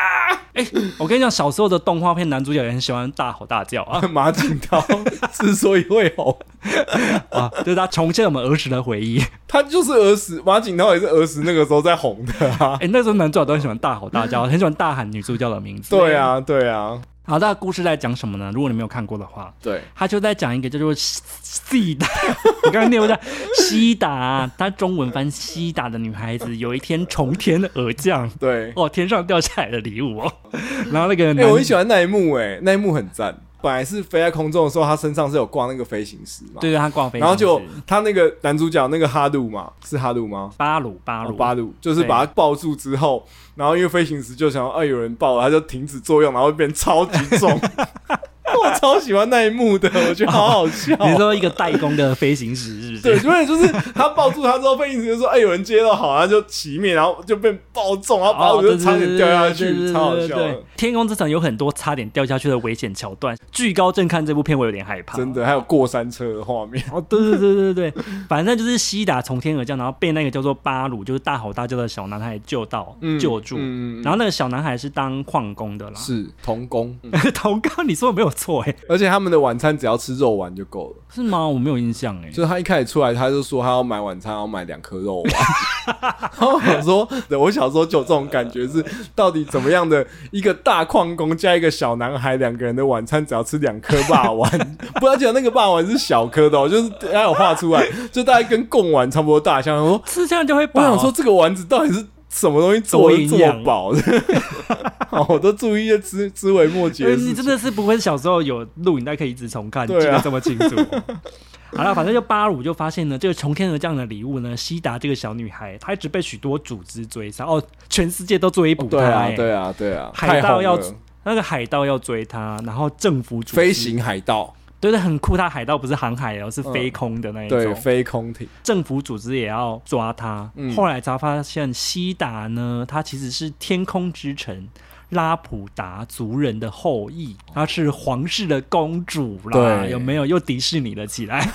Speaker 1: 哎、我跟你讲，小时候的动画片男主角也很喜欢大吼大叫啊
Speaker 2: 马景涛之所以会红， <laughs>
Speaker 1: 啊，就是他重现我们儿时的回忆。
Speaker 2: 他就是儿时马景涛也是儿时那个时候在红的啊
Speaker 1: <laughs> 哎、。那时候男主角都很喜欢大吼大叫，很喜欢大喊女主角的名字。
Speaker 2: 对，啊，对啊，
Speaker 1: 好，那故事在讲什么呢？如果你没有看过的话，
Speaker 2: 对，
Speaker 1: 他就在讲一个叫做西西达， <laughs> 我刚刚念不下西达，他中文翻西达的女孩子，有一天从天而降，
Speaker 2: 对。
Speaker 1: 哦，天上掉下来的礼物哦， <laughs> 然后那个
Speaker 2: 哎、
Speaker 1: 男，
Speaker 2: 我很喜欢那一幕、哎，那一幕很赞。本来是飞在空中的时候，他身上是有挂那个飞行石嘛，
Speaker 1: 对，对，他挂飞机，
Speaker 2: 然后就他那个男主角那个哈鲁嘛，是哈鲁吗？
Speaker 1: 巴鲁巴
Speaker 2: 哦
Speaker 1: 鲁 <laughs>
Speaker 2: 巴鲁就是把他抱住之后，然后因为飞行石就想要，哎、有人抱了，他就停止作用，然后变超级
Speaker 1: <laughs>
Speaker 2: 重。我超喜欢那一幕的，我觉得好好笑。
Speaker 1: 你说一个代工的飞行石是不是？
Speaker 2: 对，因为就是他抱住他之后，飞行石就说：“哎、有人接到好，他就熄灭，然后就被爆中，然后巴
Speaker 1: 哦，
Speaker 2: 鲁
Speaker 1: 对
Speaker 2: 就
Speaker 1: 对
Speaker 2: 差点掉下
Speaker 1: 对对
Speaker 2: 去，
Speaker 1: 对
Speaker 2: 超好
Speaker 1: 对
Speaker 2: 笑
Speaker 1: 对
Speaker 2: 的。
Speaker 1: 天空之城有很多差点掉下去的危险桥段，巨高震看这部片我有点害怕，
Speaker 2: 真。的，还有过山车的画面。
Speaker 1: 哦，对对对对对，反正就是西达从天而降，然后被那个叫做巴鲁，就是大吼大叫的小男孩救到、
Speaker 2: 嗯
Speaker 1: 救助。
Speaker 2: 嗯嗯嗯
Speaker 1: 然后那个小男孩是当矿工的啦， <laughs>
Speaker 2: 是童工，
Speaker 1: 童哥，你说的没有错哎、
Speaker 2: 嗯而且他们的晚餐只要吃肉丸就够了。
Speaker 1: 是吗？我没有印象哎、
Speaker 2: 就是他一开始出来，他就说他要买晚餐，要买两颗肉丸。 <laughs> 然后我想说，对我小时候就有这种感觉是，到底怎么样的一个大矿工加一个小男孩，两个人的晚餐只要吃两颗霸丸， <laughs> 不要讲那个霸丸是小颗的、哦，就是他有画出来，就大概跟贡丸差不多大小。我说，
Speaker 1: 吃相就会饱哦
Speaker 2: 我想说这个丸子到底是什么东西做
Speaker 1: 多
Speaker 2: 的
Speaker 1: 营
Speaker 2: 这
Speaker 1: 养
Speaker 2: 么饱的？ <laughs> 好我都注意一些枝枝微末节
Speaker 1: 呃
Speaker 2: 的事
Speaker 1: 你真
Speaker 2: 情。
Speaker 1: 的是不会小时候有录影带可以一直重看，
Speaker 2: 对啊
Speaker 1: 记得这么清楚。哦好了，反正就巴鲁就发现呢，这个从天而降的礼物呢，西达这个小女孩，她一直被许多组织追杀，哦，全世界都追捕她、
Speaker 2: 对啊
Speaker 1: 哎，
Speaker 2: 对啊，对啊！
Speaker 1: 海
Speaker 2: 太
Speaker 1: 盗
Speaker 2: 红
Speaker 1: 要
Speaker 2: 了
Speaker 1: 那个海盗要追她，然后政府组织
Speaker 2: 飞，行海盗，
Speaker 1: 对对，很酷。他海盗不是航海哦，是飞空的那一种，
Speaker 2: 对飞空艇，
Speaker 1: 政府组织也要抓他。
Speaker 2: 嗯
Speaker 1: 后来才发现西达呢，他其实是天空之城拉普达族人的后裔，她是皇室的公主啦，
Speaker 2: 对
Speaker 1: 有没有？又迪士尼了起来，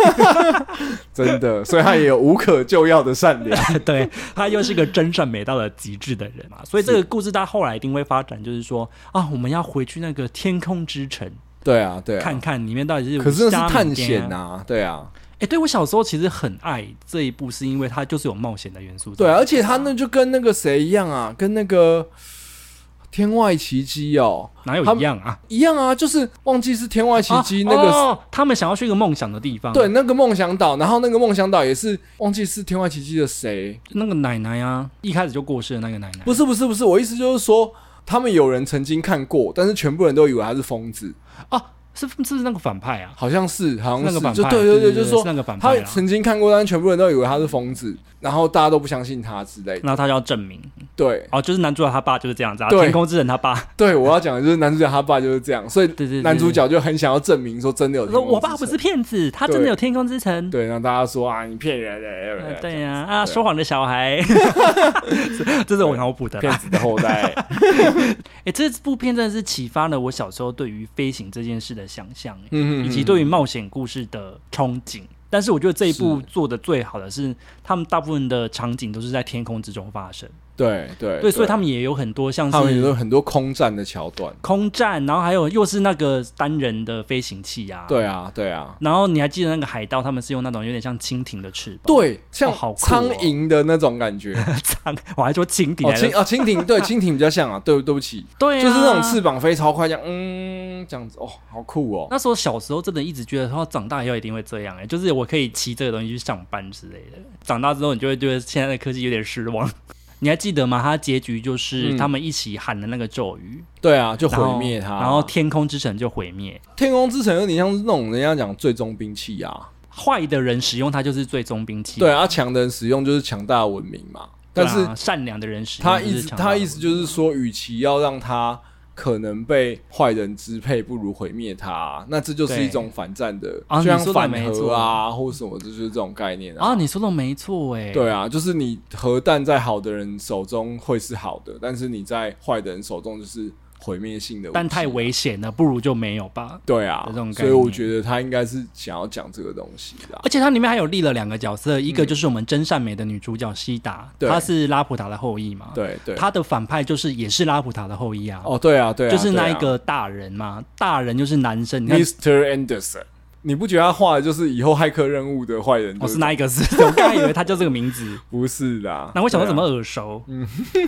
Speaker 1: <laughs>
Speaker 2: 真的，所以他也有无可救药的善
Speaker 1: <laughs>
Speaker 2: 良。
Speaker 1: 对，她又是个真善美到了极致的人啊嘛。所以这个故事它后来一定会发展，就是说啊，我们要回去那个天空之城。
Speaker 2: 对啊，对啊。
Speaker 1: 看看里面到底是
Speaker 2: 可是那
Speaker 1: 虾
Speaker 2: 是
Speaker 1: 米
Speaker 2: 探
Speaker 1: 羹啊
Speaker 2: 险呐、对啊，
Speaker 1: 哎、对我小时候其实很爱这一部，是因为它就是有冒险的元素在。
Speaker 2: 对啊，而且他那就跟那个谁一样啊，跟那个天外奇迹哦
Speaker 1: 哪
Speaker 2: 他
Speaker 1: 有一
Speaker 2: 们
Speaker 1: 样啊？
Speaker 2: 一样啊，就是忘记是天外奇迹、
Speaker 1: 啊
Speaker 2: 那个、
Speaker 1: 哦，他们想要去一个梦想的地方。
Speaker 2: 对，那个梦想岛，然后那个梦想岛也是忘记是天外奇迹的谁，
Speaker 1: 那个奶奶啊，一开始就过世的那个奶奶，
Speaker 2: 不是不是不是，我意思就是说。他们有人曾经看过，但是全部人都以为他是疯子，
Speaker 1: 哦，是是不是那个反派啊？
Speaker 2: 好像是，好像
Speaker 1: 那
Speaker 2: 是，
Speaker 1: 个反派
Speaker 2: 就对对
Speaker 1: 对对
Speaker 2: 就是说
Speaker 1: 是那个反啊派
Speaker 2: 他
Speaker 1: 啦
Speaker 2: 曾经看过，但是全部人都以为他是疯子，然后大家都不相信他之类的。
Speaker 1: 然后他就要证明，
Speaker 2: 对，
Speaker 1: 哦，就是男主角他爸就是这样子啊，
Speaker 2: 对
Speaker 1: 天空之城他爸，
Speaker 2: 对，我要讲的就是男主角他爸就是这样，所以
Speaker 1: 对对对
Speaker 2: 男主角就很想要证明说真的有
Speaker 1: 说
Speaker 2: 天空
Speaker 1: 我
Speaker 2: 之
Speaker 1: 爸不
Speaker 2: 城
Speaker 1: 是骗子，他真的
Speaker 2: 对
Speaker 1: 有天空之城。
Speaker 2: 对，让大家说啊你骗人的，
Speaker 1: 呃
Speaker 2: 哎
Speaker 1: 对
Speaker 2: 哎
Speaker 1: 呀、啊，说谎的小
Speaker 2: <laughs>
Speaker 1: 孩， <laughs> 这是我脑补的
Speaker 2: 骗
Speaker 1: 啦。
Speaker 2: 子的后
Speaker 1: <laughs>
Speaker 2: 代，
Speaker 1: 哎、这部片真的是启发了我小时候对于飞行这件事的想象、欸
Speaker 2: 嗯
Speaker 1: 以及对于冒险故事的憧憬。但是我觉得这一部做的最好的是，他们大部分的场景都是在天空之中发生，
Speaker 2: 对对
Speaker 1: 对，所以他们也有很多像
Speaker 2: 他们有
Speaker 1: 是啊
Speaker 2: 很多空战的桥段，
Speaker 1: 空战，然后还有又是那个单人的飞行器啊，。
Speaker 2: 对啊对啊
Speaker 1: 然后你还记得那个海盗，他们是用那种有点像蜻蜓的翅膀，
Speaker 2: 对，像
Speaker 1: 好酷哦
Speaker 2: 苍蝇的那种
Speaker 1: <laughs>
Speaker 2: 感觉，
Speaker 1: 苍，我还说蜻蜓
Speaker 2: 哦
Speaker 1: 来
Speaker 2: 蜻
Speaker 1: 着，
Speaker 2: 哦蜻蜓对蜻蜓比较像啊，对对不起，
Speaker 1: 对、啊，
Speaker 2: 就是那种翅。膀飞超快，这样嗯这样子哦，好酷哦，
Speaker 1: 那时候小时候真的一直觉得，说长大以后一定会这样、哎，就是我可以骑这个东西去上班之类的。长大之后，你就会觉得现在的科技有点失望。你还记得吗？它结局就是
Speaker 2: 嗯
Speaker 1: 他们一起喊的那个咒语，
Speaker 2: 对啊，就
Speaker 1: 然后
Speaker 2: 毁灭它，
Speaker 1: 然后天空之城就毁灭。
Speaker 2: 天空之城有点像是那种人家讲最终兵器啊，
Speaker 1: 坏的人使用它就是最终兵器，
Speaker 2: 对啊，强的人使用就是强大的文明嘛。
Speaker 1: 对
Speaker 2: 但
Speaker 1: 啊，
Speaker 2: 是
Speaker 1: 善良的人使用
Speaker 2: 他
Speaker 1: 就是
Speaker 2: 意思，
Speaker 1: 强大
Speaker 2: 他
Speaker 1: 的
Speaker 2: 意思就是说，与其要让他可能被坏人支配，不如毁灭他、那这就是
Speaker 1: 对
Speaker 2: 一种反战的，
Speaker 1: 啊
Speaker 2: 就
Speaker 1: 你
Speaker 2: 像
Speaker 1: 说的
Speaker 2: 反
Speaker 1: 没
Speaker 2: 核啊，或什么，这就是这种概念啊。
Speaker 1: 啊，你说的没错哎，
Speaker 2: 对啊，就是你核弹在好的人手中会是好的，但是你在坏的人手中就是毁灭性的武器。
Speaker 1: 但太危险了，不如就没有吧。
Speaker 2: 对啊
Speaker 1: 这种，概
Speaker 2: 所
Speaker 1: 念
Speaker 2: 以我觉得他应该是想要讲这个东西啦。
Speaker 1: 而且它里面还有立了两个角色，一个就是我们真善美的女主角西达，
Speaker 2: 嗯对
Speaker 1: 她是拉普达的后裔嘛，，
Speaker 2: 对对，
Speaker 1: 她的反派就是也是拉普达的后裔啊，
Speaker 2: 哦，对啊，对啊，
Speaker 1: 就是那一
Speaker 2: 对啊
Speaker 1: 个大人嘛，大人就是男生，你看
Speaker 2: Mr. Anderson，你不觉得他画的就是以后骇客任务的坏人？
Speaker 1: 我哦是哪一个
Speaker 2: <laughs>
Speaker 1: 是？我刚才以为他叫这个名字，
Speaker 2: 不是啦，
Speaker 1: 难怪想说
Speaker 2: 对啊
Speaker 1: 怎么耳熟。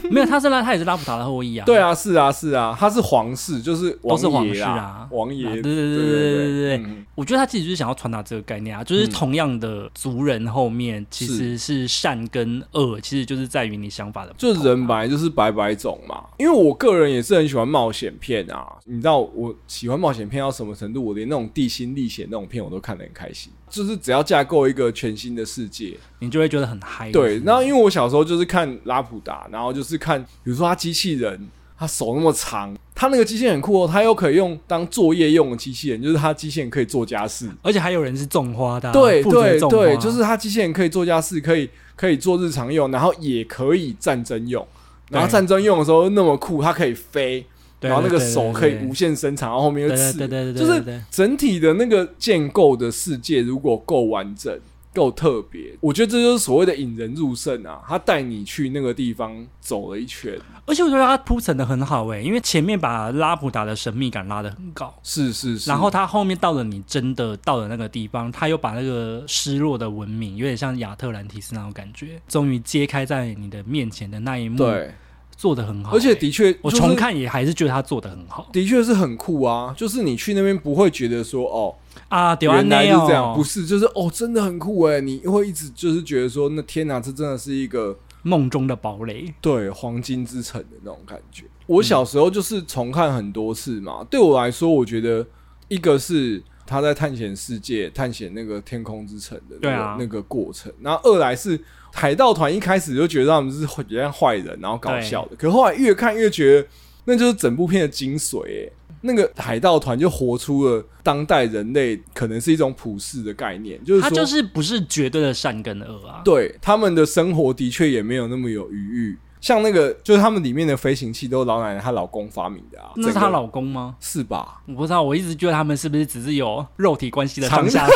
Speaker 1: 没有，他是拉，他也是拉普塔的后裔啊。
Speaker 2: 对啊，是啊，是啊，他是皇室，就是
Speaker 1: 都是
Speaker 2: 王
Speaker 1: 皇
Speaker 2: 爷
Speaker 1: 室
Speaker 2: 啦
Speaker 1: 啊，
Speaker 2: 王爷，
Speaker 1: 对对
Speaker 2: 对
Speaker 1: 对对对对对
Speaker 2: 嗯
Speaker 1: 我觉得他其实就是想要传达这个概念啊，就是同样的族人后面其实是善跟恶，其实就是在于你想法的不同
Speaker 2: 就
Speaker 1: 啊。
Speaker 2: 人本来就是百百种嘛。因为我个人也是很喜欢冒险片啊，你知道我喜欢冒险片到什么程度？我连那种地心历险那种片我都看得很开心，就是只要架构一个全新的世界。
Speaker 1: 你就会觉得很嗨。
Speaker 2: 对，然后因
Speaker 1: 为
Speaker 2: 为我小时候就是看拉普达，然后就是看，比如说他机器人。他手那么长，他那个机器人很酷哦，他又可以用当作业用的机器人，就是他机器人可以做家事，
Speaker 1: 而且还有人是种花的啊、
Speaker 2: 对
Speaker 1: 负责
Speaker 2: 对
Speaker 1: 种
Speaker 2: 对，
Speaker 1: 花
Speaker 2: 就是它机器人可以做家事，可以可以做日常用，然后也可以战争用。然后
Speaker 1: 对
Speaker 2: 战争用的时候那么酷，它可以飞，
Speaker 1: 对
Speaker 2: 然后那个
Speaker 1: 对对
Speaker 2: 手可以
Speaker 1: 对对
Speaker 2: 无限伸长，然后后面又
Speaker 1: 对对
Speaker 2: 刺，
Speaker 1: 对对对
Speaker 2: 就
Speaker 1: 对
Speaker 2: 是
Speaker 1: 对
Speaker 2: 整体的那个建构的世界，如果够完整、够特别，我觉得这就是所谓的引人入胜啊！他带你去那个地方走了一圈，
Speaker 1: 而且我觉得他铺陈的很好欸诶、因为前面把拉普达的神秘感拉得很高，
Speaker 2: 是是是，
Speaker 1: 然后他后面到了你真的到了那个地方，他又把那个失落的文明，有点像亚特兰提斯那种感觉，终于揭开在你的面前的那一幕，
Speaker 2: 对，
Speaker 1: 做的很好欸、
Speaker 2: 而且的确、
Speaker 1: 嗯我
Speaker 2: 就是
Speaker 1: 重看也还是觉得他做的很好
Speaker 2: 的确是很酷啊！就是你去那边不会觉得说哦。
Speaker 1: 啊，对啊，
Speaker 2: 原来是这
Speaker 1: 那
Speaker 2: 样，
Speaker 1: 哦
Speaker 2: 不是就是哦，真的很酷哎！你会一直就是觉得说，那天哪，这真的是一个
Speaker 1: 梦中的堡垒，
Speaker 2: 对黄金之城的那种感觉。我小时候就是重看很多次嘛，对我来说，我觉得一个是他在探险世界、探险那个天空之城的那
Speaker 1: 对
Speaker 2: 个、
Speaker 1: 啊
Speaker 2: 那个过程，然后二来是海盗团一开始就觉得他们是很像坏人，然后搞笑的，可后来越看越觉得那就是整部片的精髓哎。那个海盗团就活出了当代人类可能是一种普世的概念，就是
Speaker 1: 他
Speaker 2: 说，
Speaker 1: 就是不是绝对的善跟恶啊，
Speaker 2: 对他们的生活的确也没有那么有余裕。像那个，就是他们里面的飞行器都是老奶奶她老公发明的啊，
Speaker 1: 那是
Speaker 2: 整
Speaker 1: 她
Speaker 2: 个
Speaker 1: 老公吗？<laughs>
Speaker 2: 是吧？
Speaker 1: 我不知道，我一直觉得他们是不是只是有肉体关系的
Speaker 2: 常
Speaker 1: 上下属？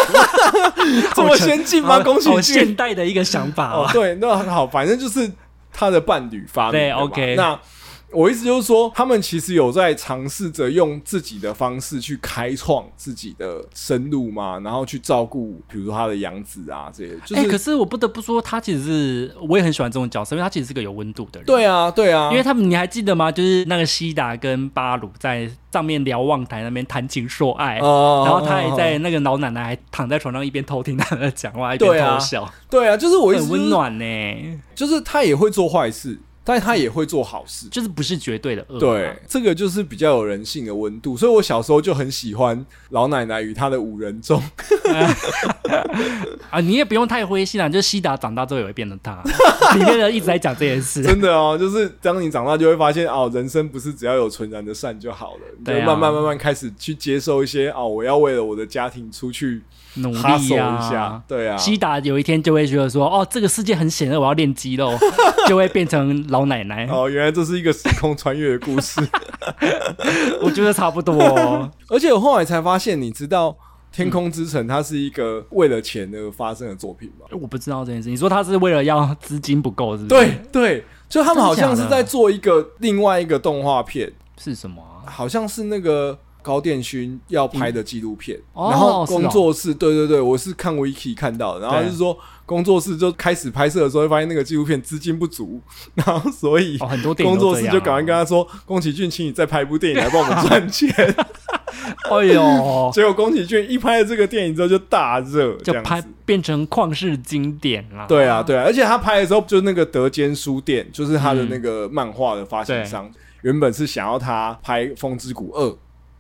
Speaker 2: 这么先进吗？
Speaker 1: 好
Speaker 2: 宫崎
Speaker 1: 好现
Speaker 2: 骏
Speaker 1: 代的一个想法
Speaker 2: 哦
Speaker 1: 啊，，
Speaker 2: <laughs> 对，那好，反正就是他的伴侣发明的
Speaker 1: 对
Speaker 2: 嘛
Speaker 1: OK
Speaker 2: 那我意思就是说，他们其实有在尝试着用自己的方式去开创自己的生路嘛，然后去照顾，比如说他的养子啊这些，就
Speaker 1: 哎、
Speaker 2: 是、
Speaker 1: 可是我不得不说，他其实是我也很喜欢这种角色，因为他其实是个有温度的人。、
Speaker 2: 对啊，对啊，
Speaker 1: 因为他们你还记得吗？就是那个西达跟巴鲁在上面瞭望台那边谈情说爱。
Speaker 2: 哦
Speaker 1: 然后他也
Speaker 2: 哦
Speaker 1: 在那个老奶奶还躺在床上一边偷听他们的讲话，一
Speaker 2: 对
Speaker 1: 边
Speaker 2: 啊
Speaker 1: 偷笑，
Speaker 2: 对啊，就是我一直、
Speaker 1: 很温，暖呢、
Speaker 2: 就是他也会做坏事，但他也会做好事，
Speaker 1: 就是不是绝对的恶、
Speaker 2: 对，，啊这个就是比较有人性的温度，所以我小时候就很喜欢老奶奶与她的五人
Speaker 1: <laughs>
Speaker 2: 众。
Speaker 1: 啊，你也不用太灰心啊，就是西达长大之后也会变得 <laughs> 大。里面的一直在讲这件事，
Speaker 2: <laughs> 真的哦，就是当你长大就会发现哦，人生不是只要有纯然的善就好了，你就
Speaker 1: 对啊
Speaker 2: 慢慢慢慢开始去接受一些哦，我要为了我的家庭出去
Speaker 1: 努力
Speaker 2: 哈
Speaker 1: 啊
Speaker 2: 手
Speaker 1: 呀、
Speaker 2: 一下，对啊，
Speaker 1: 西达有一天就会觉得说，哦，这个世界很险恶，我要练肌
Speaker 2: <laughs>
Speaker 1: 肉，就会变成老奶奶。
Speaker 2: 哦，原来这是一个时空穿越的
Speaker 1: <laughs>
Speaker 2: 故事，
Speaker 1: 我觉得差不多、哦。
Speaker 2: 而且我后来才发现，你知道。天空之城，它是一个为了钱而发生的作品吗？
Speaker 1: 哎我不知道这件事，你说他是为了要资金不够，是不是？
Speaker 2: 对，对，就他们好像
Speaker 1: 真假
Speaker 2: 是
Speaker 1: 的
Speaker 2: 在做一个另外一个动画片，
Speaker 1: 是什么啊、
Speaker 2: 好像是那个高电勋要拍的纪录片，
Speaker 1: 嗯哦
Speaker 2: 然后
Speaker 1: 是哦哦
Speaker 2: 工作室，对对对，我是看 wiki 看到的，然后
Speaker 1: 对
Speaker 2: 就是说工作室就开始拍摄的时候，会发现那个纪录片资金不足， <laughs> 然后所以
Speaker 1: 哦，很多电影
Speaker 2: <laughs> 工
Speaker 1: 都
Speaker 2: 作室
Speaker 1: 这样
Speaker 2: 就赶快跟他说，宫崎骏，请你再拍一部电影来帮我们
Speaker 1: <laughs>
Speaker 2: 赚钱。，
Speaker 1: 哎呦
Speaker 2: <laughs> 结果宫崎骏一拍了这个电影之后就大热，这
Speaker 1: 就
Speaker 2: 样
Speaker 1: 拍
Speaker 2: 子。
Speaker 1: 变成旷世经典啦。
Speaker 2: 对啊，对啊，而且他拍的时候，就那个德间书店，就是他
Speaker 1: 嗯
Speaker 2: 的那个漫画的发行商，原本是想要他拍《风之谷二》，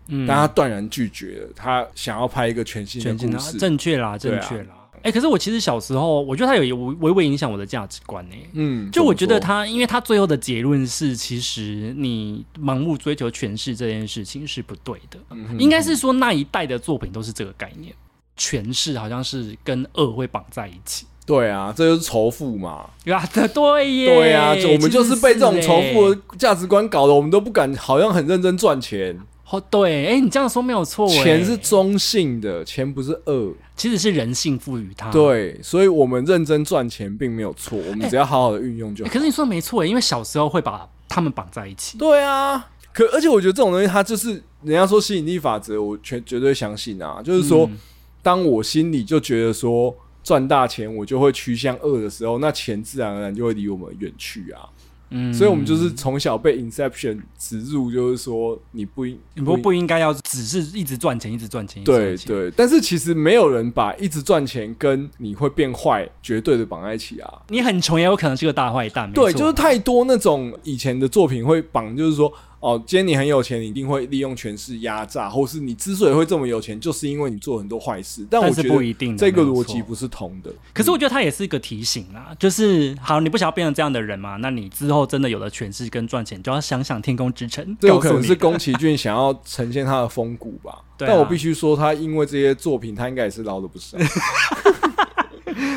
Speaker 1: 嗯
Speaker 2: 但他断然拒绝了，他想要拍一个全新的
Speaker 1: 全新
Speaker 2: 故
Speaker 1: 的
Speaker 2: 事。
Speaker 1: 正确啦，
Speaker 2: 对
Speaker 1: 正
Speaker 2: 啊
Speaker 1: 确啦。哎、可是我其实小时候，我觉得他有微微影响我的价值观呢、哎
Speaker 2: 嗯，
Speaker 1: 就我觉得
Speaker 2: 怎么
Speaker 1: 他，因为他最后的结论是，其实你盲目追求诠释这件事情是不对的。
Speaker 2: 嗯
Speaker 1: 应该是说那一代的作品都是这个概念，诠释好像是跟恶会绑在一
Speaker 2: <laughs>
Speaker 1: 起。
Speaker 2: 说对啊，这就是仇富嘛。
Speaker 1: 啊，对对耶，
Speaker 2: 对啊，就我们就是被这种仇富
Speaker 1: 其实是
Speaker 2: 的价值观搞得，我们都不敢，好像很认真赚钱。
Speaker 1: 欸哦，对，哎、你这样说没有错，欸
Speaker 2: 钱是中性的，钱不是恶。
Speaker 1: 其实是人性赋予它。欸、
Speaker 2: 对，所以我们认真赚钱并没有错，我
Speaker 1: 哎
Speaker 2: 们只要好好的运用就好。
Speaker 1: 可是你说的没错、欸，因为小时候会把他们绑在一起。
Speaker 2: 对啊，可
Speaker 1: 嗯
Speaker 2: 而且我觉得这种东西，它就是人家说吸引力法则，我全绝对相信啊。就是说，当我心里就觉得说赚大钱，我就会趋向恶的时候，那钱自然而然就会离我们远去啊。
Speaker 1: 嗯
Speaker 2: 所以，我们就是从小被 Inception 植入，就是说你不应
Speaker 1: 你不不应该要只是一直赚钱，一直赚钱，一直
Speaker 2: 对
Speaker 1: 赚钱，
Speaker 2: 对，但是其实没有人把一直赚钱跟你会变坏绝对的绑在一起啊。
Speaker 1: 你很穷也有可能是个大坏蛋，没
Speaker 2: 对，
Speaker 1: 错
Speaker 2: 就是太多那种以前的作品会绑，就是说，哦，今天你很有钱，你一定会利用权势压榨，或是你之所以会这么有钱，就是因为你做很多坏事。但我
Speaker 1: 但是
Speaker 2: 觉
Speaker 1: 不一
Speaker 2: 得
Speaker 1: 定的啊
Speaker 2: 这个
Speaker 1: 没有
Speaker 2: 逻
Speaker 1: 错
Speaker 2: 辑不是通的。
Speaker 1: 可是我觉得它也是一个提醒啦，就是好，你不想要变成这样的人嘛？那你之后真的有了权势跟赚钱，就要想想天空之城。
Speaker 2: 嗯这有
Speaker 1: 告诉
Speaker 2: 可能
Speaker 1: 你
Speaker 2: 是宫崎骏想要呈现他的风骨吧。
Speaker 1: <laughs> 对啊
Speaker 2: 但我必须说，他因为这些作品，他应该也是捞的
Speaker 1: <laughs>
Speaker 2: 不少。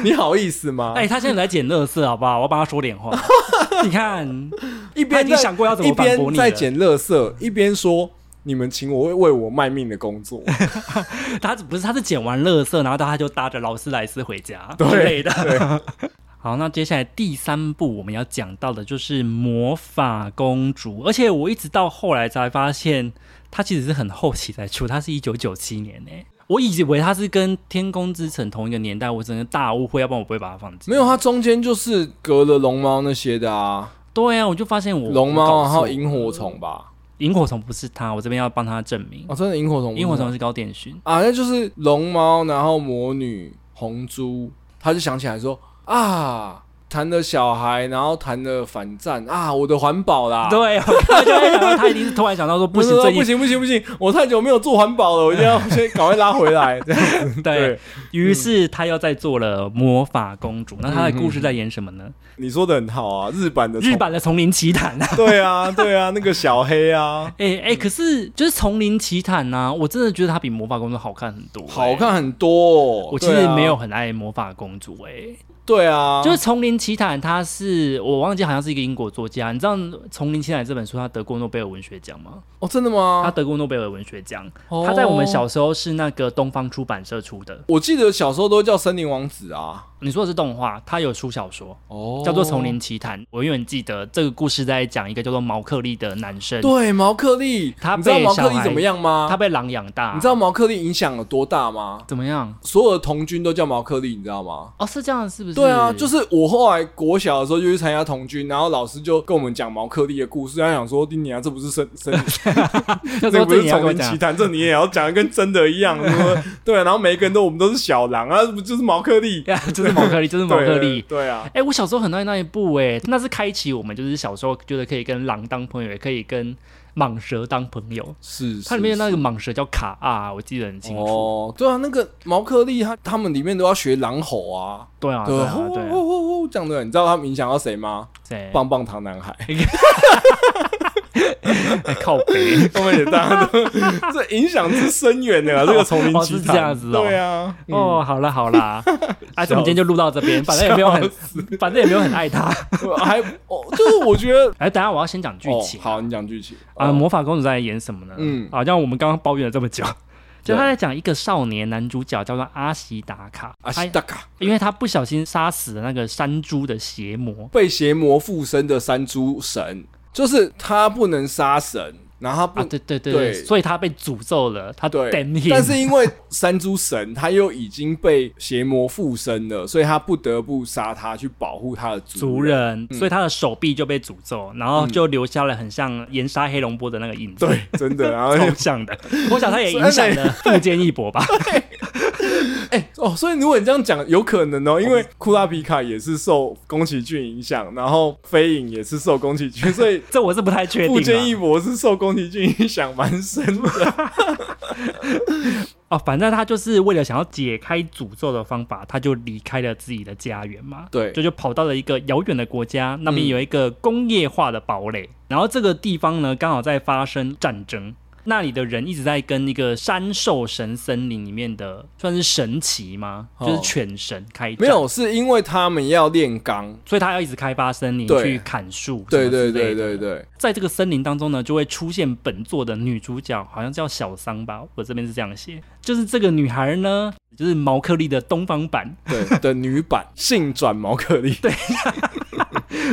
Speaker 2: 你好意思吗？
Speaker 1: 哎、他现在在捡垃圾，好不好？我要帮他说点
Speaker 2: <laughs>
Speaker 1: 话。你看，
Speaker 2: 一
Speaker 1: 他
Speaker 2: 边
Speaker 1: 已经
Speaker 2: 在
Speaker 1: 想过要怎么
Speaker 2: 一
Speaker 1: 反驳
Speaker 2: 边
Speaker 1: 你
Speaker 2: 在
Speaker 1: 了
Speaker 2: 捡垃圾，一边说你们请我为为我卖命的工作。
Speaker 1: 他不是他是捡完垃圾，然后他就搭着劳斯莱斯回家之类的。 <laughs> 好，那接下来第三部我们要讲到的就是魔法公主，而且我一直到后来才发现，它其实是很后期才出，它是一九九七年诶、我以为它是跟《天空之城》同一个年代，我整个大误会，要不然我不会把它放进。
Speaker 2: 没有，，它中间就是隔了龙猫那些的啊，
Speaker 1: 对啊，我就发现我
Speaker 2: 龙
Speaker 1: 我搞
Speaker 2: 猫
Speaker 1: 错
Speaker 2: 然后萤火虫吧。
Speaker 1: 萤火虫不是它，我这边要帮他证明，
Speaker 2: 哦，真的萤火虫不是吗，
Speaker 1: 萤火虫是高电勋。
Speaker 2: 啊，那就是龙猫，然后魔女红猪，他就想起来说啊，谈了小孩，然后谈了反战啊，我的环保啦。
Speaker 1: 对，我刚刚就在想到，他一定是突然想到说，不
Speaker 2: 不
Speaker 1: 行，
Speaker 2: 是说
Speaker 1: 最近
Speaker 2: 不行不行不行，我太久没有做环保了，我一定要
Speaker 1: <laughs>
Speaker 2: 先赶快拉回来。这样
Speaker 1: 对，
Speaker 2: 嗯
Speaker 1: 于是他又在做了魔法公主。那他的故事在演什么呢？
Speaker 2: 你说的很好啊，日版的
Speaker 1: 日，版的丛林奇谭
Speaker 2: <laughs>
Speaker 1: 啊。
Speaker 2: 对啊对啊，那个小黑
Speaker 1: <laughs>
Speaker 2: 啊，
Speaker 1: 哎哎，可是就是丛林奇谭呐、我真的觉得它比魔法公主好看很多、
Speaker 2: 好。看很多、哦。
Speaker 1: 我其
Speaker 2: 对
Speaker 1: 实
Speaker 2: 啊
Speaker 1: 没有，很爱魔法公主哎、
Speaker 2: 对啊，
Speaker 1: 就是《丛林奇谭》，它是我忘记好像是一个英国作家。你知道《丛林奇谭》这本书，它得过诺贝尔文学奖吗？
Speaker 2: 哦，真的吗？
Speaker 1: 它得过诺贝尔文学奖。
Speaker 2: 哦
Speaker 1: 它在我们小时候是那个东方出版社出的。
Speaker 2: 我记得小时候都叫森林王子啊，
Speaker 1: 你说的是动画，它有出小说。
Speaker 2: 哦
Speaker 1: 叫做《丛林奇谭》。我永远记得这个故事在讲一个叫做毛克利的男生，
Speaker 2: 对，毛克利，
Speaker 1: 他
Speaker 2: 你知道
Speaker 1: 被
Speaker 2: 毛克
Speaker 1: 小
Speaker 2: 利
Speaker 1: 孩
Speaker 2: 怎么样吗？
Speaker 1: 他被狼养大，
Speaker 2: 你知道毛克利影响有多大吗？
Speaker 1: 怎么样？
Speaker 2: 所有的童军都叫毛克利，你知道吗？
Speaker 1: 哦，是这样，是不是？
Speaker 2: 对啊，就是我后来国小的时候就去参加童军，然后老师就跟我们讲毛克利的故事，他想说：“丁尼啊，这不是真真，
Speaker 1: 那时
Speaker 2: 这
Speaker 1: 候
Speaker 2: 不是
Speaker 1: 你要跟
Speaker 2: 丛
Speaker 1: 我
Speaker 2: 林
Speaker 1: 讲，
Speaker 2: 奇谭，这你也要讲的跟真的一样。什么”对啊，然后每一个人都我们都是小狼啊，这不就是毛克利？
Speaker 1: <laughs> 就是毛克利，就是毛克
Speaker 2: 对
Speaker 1: 利。
Speaker 2: 对啊，
Speaker 1: 哎、我小时候很爱那一部、哎，那是开启我们就是小时候觉得可以跟狼当朋友，也可以跟蟒蛇当朋友。
Speaker 2: 是
Speaker 1: 它里面那个蟒蛇叫卡啊，我记得很清楚。
Speaker 2: 哦，对啊，那个毛克利他他们里面都要学狼吼啊，
Speaker 1: 对啊，
Speaker 2: 对
Speaker 1: 对
Speaker 2: 啊，
Speaker 1: 啊
Speaker 2: 吼，
Speaker 1: 对
Speaker 2: 吼
Speaker 1: 啊
Speaker 2: 吼吼这样的，你知道他们影响到谁吗？
Speaker 1: 对，
Speaker 2: 棒棒糖男孩。 <laughs>
Speaker 1: 哎靠北。
Speaker 2: 后面也大家都这影响之深远的啊，这个丛林
Speaker 1: <laughs> 哦
Speaker 2: 奇
Speaker 1: 是
Speaker 2: 谭
Speaker 1: 这样子哦
Speaker 2: 对啊，
Speaker 1: 哦，好啦好
Speaker 2: <laughs>
Speaker 1: 啦，哎、啊，我们今天就录到这边，反正也没有很，反正也没有很爱他。
Speaker 2: 我还哦，就是我觉得
Speaker 1: 哎，等一下我要先讲 <laughs> 剧
Speaker 2: 哦
Speaker 1: 情、
Speaker 2: 好，你讲剧情
Speaker 1: 啊，
Speaker 2: 哦
Speaker 1: 魔法公主在演什么呢？
Speaker 2: 嗯
Speaker 1: 嗯，好像我们刚刚抱怨了这么
Speaker 2: <laughs>
Speaker 1: 久，就
Speaker 2: 对
Speaker 1: 他在讲一个少年男主角叫做阿西达卡，
Speaker 2: 阿西
Speaker 1: 他
Speaker 2: 达卡
Speaker 1: 因为他不小心杀死了那个山猪的邪魔，
Speaker 2: 被邪魔附身的山猪神，就是他不能杀神，然后他不、
Speaker 1: 啊，对对对
Speaker 2: 嗯
Speaker 1: 对，
Speaker 2: 对
Speaker 1: 所以他被诅咒了，他 damn
Speaker 2: 对
Speaker 1: him，，
Speaker 2: 但是因为山猪神他又已经被邪魔附身了，所以他不得不杀他去保护他的
Speaker 1: 族
Speaker 2: 人。
Speaker 1: 人，所以他的手臂就被诅咒，然后就留下了很像岩沙黑龙波的那个影子，
Speaker 2: 对，真
Speaker 1: <laughs>
Speaker 2: 的，然后
Speaker 1: 超像的。我想他也影响了富坚义博吧，
Speaker 2: 哦，所以如果你这样讲，有可能哦，因为库拉皮卡也是受宫崎骏影响，然后飞影也是受宫崎骏，所以
Speaker 1: 这我是不太确定
Speaker 2: 富
Speaker 1: 啊。
Speaker 2: 坚义博是受宫崎骏影响蛮深的。
Speaker 1: 哦，反正他就是为了想要解开诅咒的方法，他就离开了自己的家园嘛。
Speaker 2: 对
Speaker 1: 这就跑到了一个遥远的国家，那边
Speaker 2: 嗯
Speaker 1: 有一个工业化的堡垒，然后这个地方呢刚好在发生战争。那里的人一直在跟一个山兽神森林里面的算是神奇吗？
Speaker 2: 哦
Speaker 1: 就是犬神开战
Speaker 2: 没有，，是因为他们要炼钢。
Speaker 1: 所以他要一直开发森林
Speaker 2: 对
Speaker 1: 去砍树。
Speaker 2: 对对
Speaker 1: 对
Speaker 2: 对对对，
Speaker 1: 在这个森林当中呢，就会出现本作的女主角，好像叫小桑吧，我这边是这样写，就是这个女孩呢，就是毛克利的东方版，
Speaker 2: 对的女版性转毛可丽，对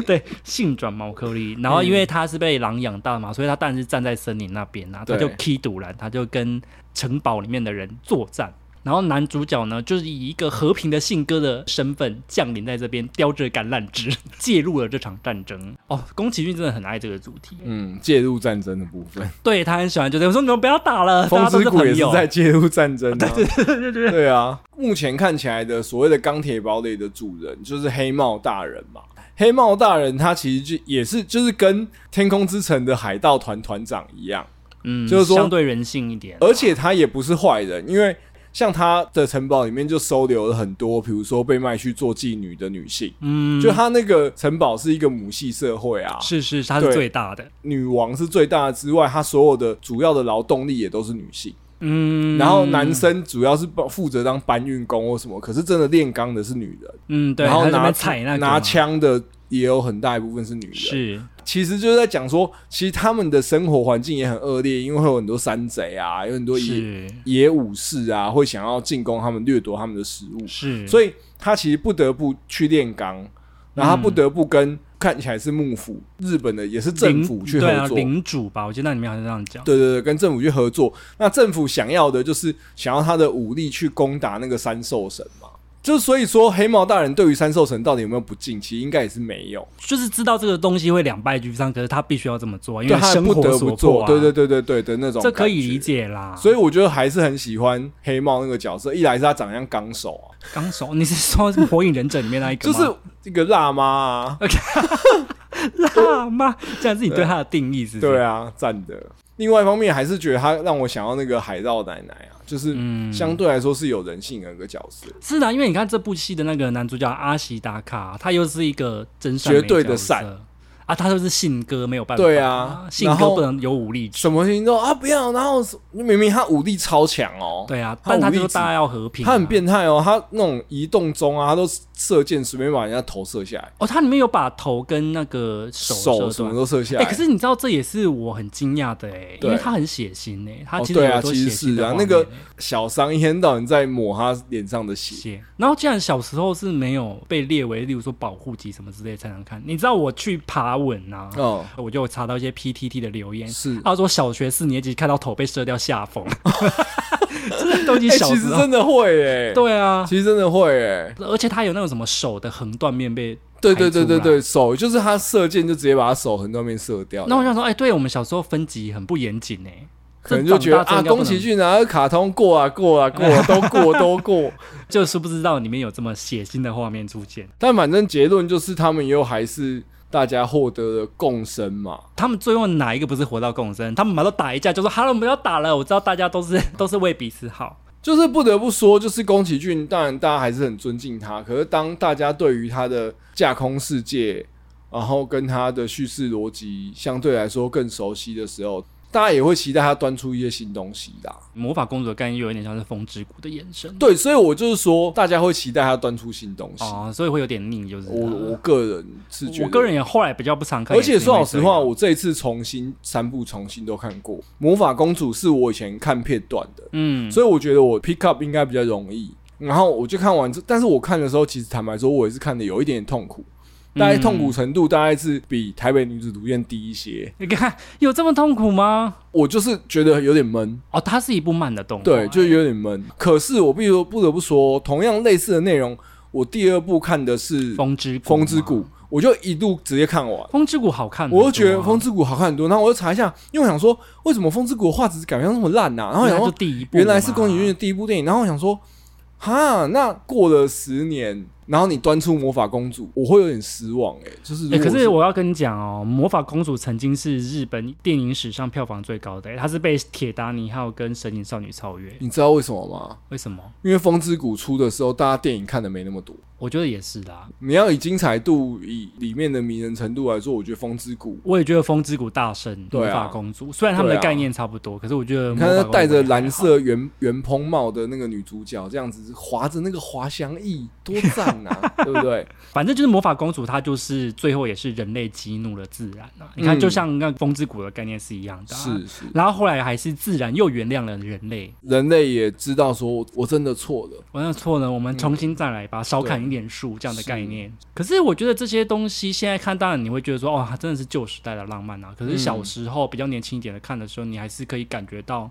Speaker 1: 对，性转毛克利。然后因为她是被狼养大嘛，所以她当然是站在森林那边啊，她
Speaker 2: 对
Speaker 1: 就踢独狼，她就跟城堡里面的人作战。然后男主角呢，就是以一个和平的信鸽的身份降临在这边，叼着橄榄枝介入了这场战争。哦，宫崎骏真的很爱这个主题，
Speaker 2: 嗯，介入战争的部分，
Speaker 1: 对他很喜欢。就对我说你们不要打了，
Speaker 2: <laughs> 风
Speaker 1: 大家都
Speaker 2: 之
Speaker 1: 是
Speaker 2: 谷也
Speaker 1: 朋
Speaker 2: 是
Speaker 1: 友。
Speaker 2: 在介入战争、啊，
Speaker 1: <laughs>
Speaker 2: 对对对对对啊！目前看起来的所谓的钢铁堡垒的主人就是黑帽大人嘛。黑帽大人他其实就也是就是跟天空之城的海盗团团长一样，
Speaker 1: 嗯，
Speaker 2: 就是说
Speaker 1: 相对人性一点。
Speaker 2: 而且他也不是坏人，因为像他的城堡里面就收留了很多，比如说被卖去做妓女的女性，
Speaker 1: 嗯，
Speaker 2: 就他那个城堡是一个母系社会啊，
Speaker 1: 是是，他是
Speaker 2: 对
Speaker 1: 最大的。
Speaker 2: 女王是最大的之外，他所有的主要的劳动力也都是女性。
Speaker 1: 嗯，
Speaker 2: 然后男，生主要是帮负责当搬运工或什么，可是真的炼钢的是女人，
Speaker 1: 嗯，对，
Speaker 2: 然
Speaker 1: 他在
Speaker 2: 后
Speaker 1: 那
Speaker 2: 拿
Speaker 1: 边踩那个嘛
Speaker 2: 拿枪的也有很大一部分是女人。，
Speaker 1: 是，
Speaker 2: 其实就是在讲说，其实他们的生活环境也很恶劣，因为会有很多山贼啊，有很多野
Speaker 1: 是
Speaker 2: 野武士啊，会想要进攻他们、掠夺他们的食物，
Speaker 1: 是，
Speaker 2: 所
Speaker 1: 以
Speaker 2: 以他其实不得不去炼钢，然后
Speaker 1: 嗯
Speaker 2: 他不得不跟、看起来是幕府、日本的也是政府去合
Speaker 1: 对啊，
Speaker 2: 作，
Speaker 1: 领主吧，我记得那里面好像这样讲。
Speaker 2: 对对对，跟政府去合作。那政府想要的就是想要他的武力去攻打那个三兽神嘛。就是所以说，黑毛大人对于三兽神到底有没有不敬，其实应该也是没有，
Speaker 1: 就是知道这个东西会两败俱伤，可是他必须要这么做，啊因
Speaker 2: 对
Speaker 1: 为
Speaker 2: 他
Speaker 1: 生
Speaker 2: 不
Speaker 1: 活
Speaker 2: 得
Speaker 1: 所
Speaker 2: 不
Speaker 1: 迫
Speaker 2: 做，
Speaker 1: 啊。
Speaker 2: 对对对对对的那种，
Speaker 1: 这可以理。解啦。
Speaker 2: 所
Speaker 1: 以
Speaker 2: 以我觉得还是很喜欢黑帽那个角色，一来是他长得像纲手啊，
Speaker 1: 纲手，你是说《火影忍者》里面那一个
Speaker 2: 就
Speaker 1: 吗？
Speaker 2: 是一个辣妈啊，
Speaker 1: 辣 <laughs> 妈，这样是你对他的定义是不是？
Speaker 2: 对啊，赞的。另外一方面，还是觉得他让我想要那个海盗奶奶啊，就是
Speaker 1: 嗯
Speaker 2: 相对来说是有人性的一个角色，
Speaker 1: 是啊，因为你看这部戏的那个男主角阿西达卡，他又是一个真善
Speaker 2: 绝
Speaker 1: 美
Speaker 2: 对的
Speaker 1: 角色
Speaker 2: 善
Speaker 1: 啊，他就是信鸽，没有办法。
Speaker 2: 对啊
Speaker 1: 信
Speaker 2: 然
Speaker 1: 鸽
Speaker 2: 后
Speaker 1: 不能有武力值。
Speaker 2: 什么星座啊？不要，然后明明他武力超强哦，
Speaker 1: 对啊，
Speaker 2: 他
Speaker 1: 但他
Speaker 2: 武力
Speaker 1: 就是
Speaker 2: 值
Speaker 1: 大家要和平、啊
Speaker 2: 他很。变态哦，他那种移动中啊，他都射箭随便把人家头射下来，
Speaker 1: 哦，他里面有把头跟那个手
Speaker 2: 手
Speaker 1: 折
Speaker 2: 什么
Speaker 1: 断
Speaker 2: 都射下
Speaker 1: 哎、
Speaker 2: 来。
Speaker 1: 可是你知道这也是我很惊讶的哎、因
Speaker 2: 对
Speaker 1: 为他很血腥哎、他
Speaker 2: 哦，
Speaker 1: 其实
Speaker 2: 对
Speaker 1: 有
Speaker 2: 啊，
Speaker 1: 很多
Speaker 2: 其
Speaker 1: 血
Speaker 2: 实
Speaker 1: 腥
Speaker 2: 是
Speaker 1: 的
Speaker 2: 啊
Speaker 1: 画，
Speaker 2: 那
Speaker 1: 面
Speaker 2: 个
Speaker 1: 欸
Speaker 2: 小伤一天到晚在抹他脸上的血，
Speaker 1: 血。然后，既然小时候是没有被列为，例如说保护级什么之类才能看，你知道我去爬文啊，
Speaker 2: 哦，
Speaker 1: 我就有查到一些 PTT 的留言，
Speaker 2: 是。
Speaker 1: 他说小学四年级看到头被射掉下 <laughs> 风，这些东西
Speaker 2: 哎，
Speaker 1: 小
Speaker 2: 其
Speaker 1: 时
Speaker 2: 实
Speaker 1: 候、
Speaker 2: 真的会哎，，
Speaker 1: 对啊，
Speaker 2: 其实真的会哎，
Speaker 1: 而且他有那种什么手的横断面被
Speaker 2: 对对
Speaker 1: 排
Speaker 2: 对
Speaker 1: 出
Speaker 2: 对
Speaker 1: 来
Speaker 2: 对，手就是他射箭就直接把他手横断面射掉，
Speaker 1: 那我想说，哎、对我们小时候分级很不严谨哎，
Speaker 2: 可能就觉得
Speaker 1: 这长大之后
Speaker 2: 啊，
Speaker 1: 应该不
Speaker 2: 宫
Speaker 1: 能
Speaker 2: 崎骏啊，卡通过啊过啊过啊，都过都过。
Speaker 1: 就是不知道里面有这么血腥的画面出现。
Speaker 2: 但反正结论就是，他们又还是大家获得了共生嘛。
Speaker 1: 他们最后哪一个不是活到共生？他们马上打一架就说：“好了，我们要打了。”我知道大家都是都是为彼此好。
Speaker 2: 就是不得不说，就是宫崎骏，当然大家还是很尊敬他。可是当大家对于他的架空世界，然后跟他的叙事逻辑相对来说更熟悉的时候，大家也会期待他端出一些新东西啦。
Speaker 1: 魔法公主的概念又有点像是风之谷的延伸，
Speaker 2: 对，所以我就是说，大家会期待他端出新东西。
Speaker 1: 哦，所以会有点腻，就是
Speaker 2: 我我
Speaker 1: 我
Speaker 2: 个人是觉得，
Speaker 1: 我个人也后来比较不常看，
Speaker 2: 而且说老实话，
Speaker 1: 也是因为
Speaker 2: 我这一次重新三部重新都看过，《魔法公主》是我以前看片段
Speaker 1: 这
Speaker 2: 的，
Speaker 1: 样嗯，
Speaker 2: 所以我觉得我 pick up 应该比较容易。然后我就看完这，但是我看的时候，其实坦白说，我也是看的有一点点痛苦，大概痛苦程度大概是比《台北女子图鉴》低一些。
Speaker 1: 你看有这么痛苦吗？
Speaker 2: 我就是觉得有点闷，
Speaker 1: 哦，它是一部慢的动画，啊
Speaker 2: 对，就有点闷。可是我必须说不得不说，同样类似的内容，我第二部看的是《
Speaker 1: 风之谷
Speaker 2: 风之
Speaker 1: 嘛
Speaker 2: 谷》，，我就一路直接看完。
Speaker 1: 风之谷好看很多啊，
Speaker 2: 我就觉得《风之谷》好看很多，然后我就查一下，因为我想说，为什么《风之谷》的画质感觉那么烂呐、然后
Speaker 1: 原
Speaker 2: 想
Speaker 1: 来就
Speaker 2: 说，
Speaker 1: 第一部嘛，
Speaker 2: 原来是宫崎骏的第一部电影，然后我想说，哈，那过了十年，然后你端出《魔法公主》，我会有点失望哎、就是如
Speaker 1: 欸
Speaker 2: 果
Speaker 1: 可是我要跟你讲哦，《魔法公主》曾经是日本电影史上票房最高的、欸，它是被《铁达尼号》跟《神隐少女》超越。
Speaker 2: 你知道为什么吗？
Speaker 1: 为什么？
Speaker 2: 因为《风之谷》出的时候，大家电影看的没那么多。
Speaker 1: 我觉得也是啦。
Speaker 2: 你要以精彩度、以里面的迷人程度来说，我觉得《风之谷》，
Speaker 1: 我也觉得《风之谷》大胜《
Speaker 2: 对
Speaker 1: 魔
Speaker 2: 啊
Speaker 1: 法公主》，虽然他们的概念差不多，可是我觉得
Speaker 2: 你
Speaker 1: 魔法
Speaker 2: 看
Speaker 1: 公主
Speaker 2: 她戴着
Speaker 1: 还好
Speaker 2: 蓝，色圆圆蓬帽的那个女主角，这样子划着那个滑翔翼，多赞
Speaker 1: <laughs>
Speaker 2: 啊，对不对？
Speaker 1: 反正就是《魔法公主》，它就是最后也是人类激怒了自然啊。你看，
Speaker 2: 嗯
Speaker 1: 就像那《风之谷》的概念是一样的、啊，
Speaker 2: 是。是。
Speaker 1: 然后后来还是自然又原谅了人类。
Speaker 2: 人类也知道说我我真的错了，
Speaker 1: 我那错了，我们重新再来吧，少砍一点树这样的概
Speaker 2: 嗯
Speaker 1: 念。可是我觉得这些东西现在看，当然你会觉得说，哇，真的是旧时代的浪
Speaker 2: 嗯
Speaker 1: 漫啊。可是小时候比较年轻一点的看的时候，你还是可以感觉到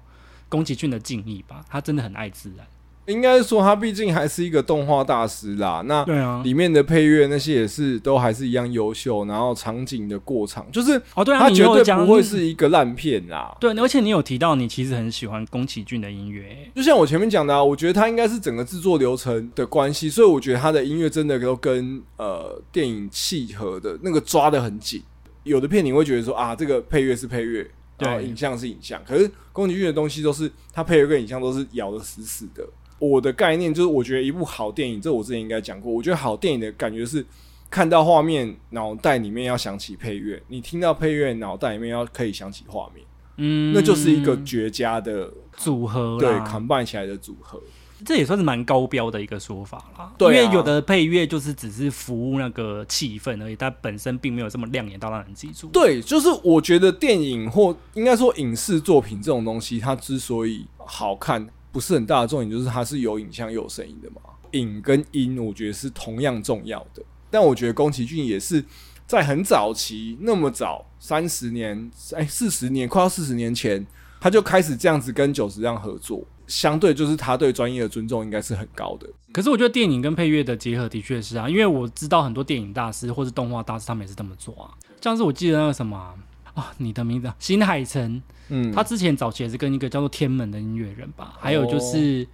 Speaker 1: 宫崎骏的敬意吧，他真的很爱自然。
Speaker 2: 应该说他毕竟还是一个动画大师啦。那
Speaker 1: 对啊，
Speaker 2: 里面的配乐那些也是都还是一样优秀，然后场景的过场，就是
Speaker 1: 哦对啊，
Speaker 2: 他
Speaker 1: 你
Speaker 2: 绝
Speaker 1: 有
Speaker 2: 对
Speaker 1: 讲
Speaker 2: 不会是一个烂片啦。
Speaker 1: 对，而且你有提到你其实很喜欢宫崎骏的音乐，
Speaker 2: 就像我前面讲的、啊，我觉得它应该是整个制作流程的关系，所以我觉得它的音乐真的都跟呃电影契合的那个抓得很紧。有的片你会觉得说啊，这个配乐是配乐，然后
Speaker 1: 对
Speaker 2: 影像是影像，可是宫崎骏的东西都是它配乐跟影像都是咬得死死的。我的概念就是，我觉得一部好电影，这我之前应该讲过，我觉得好电影的感觉是看到画面，脑袋里面要想起配乐；你听到配乐，脑袋里面要可以想起画面，
Speaker 1: 嗯，
Speaker 2: 那就是一个绝佳的
Speaker 1: 组合
Speaker 2: 对
Speaker 1: 啦
Speaker 2: combine 起来的组合。
Speaker 1: 这也算是蛮高标的一个说法啦。
Speaker 2: 对啊
Speaker 1: 因为有的配乐就是只是服务那个气氛而已，它本身并没有这么亮眼到让人记住。
Speaker 2: 对，就是我觉得电影或应该说影视作品这种东西，它之所以好看，不是很大的重点，就是它是有影像又有声音的嘛。影跟音，我觉得是同样重要的。但我觉得宫崎骏也是在很早期，那么早三十年，哎，四十年，快要四十年前，他就开始这样子跟九十这样合作。相对就是他对专业的尊重应该是很高的。
Speaker 1: 可是我觉得电影跟配乐的结合的确是啊，因为我知道很多电影大师或是动画大师他们也是这么做啊。像是我记得那个什么啊，啊你的名字啊新海诚，
Speaker 2: 嗯，哦
Speaker 1: 他之前早期也是跟一个叫做天门的音乐人吧，还有就是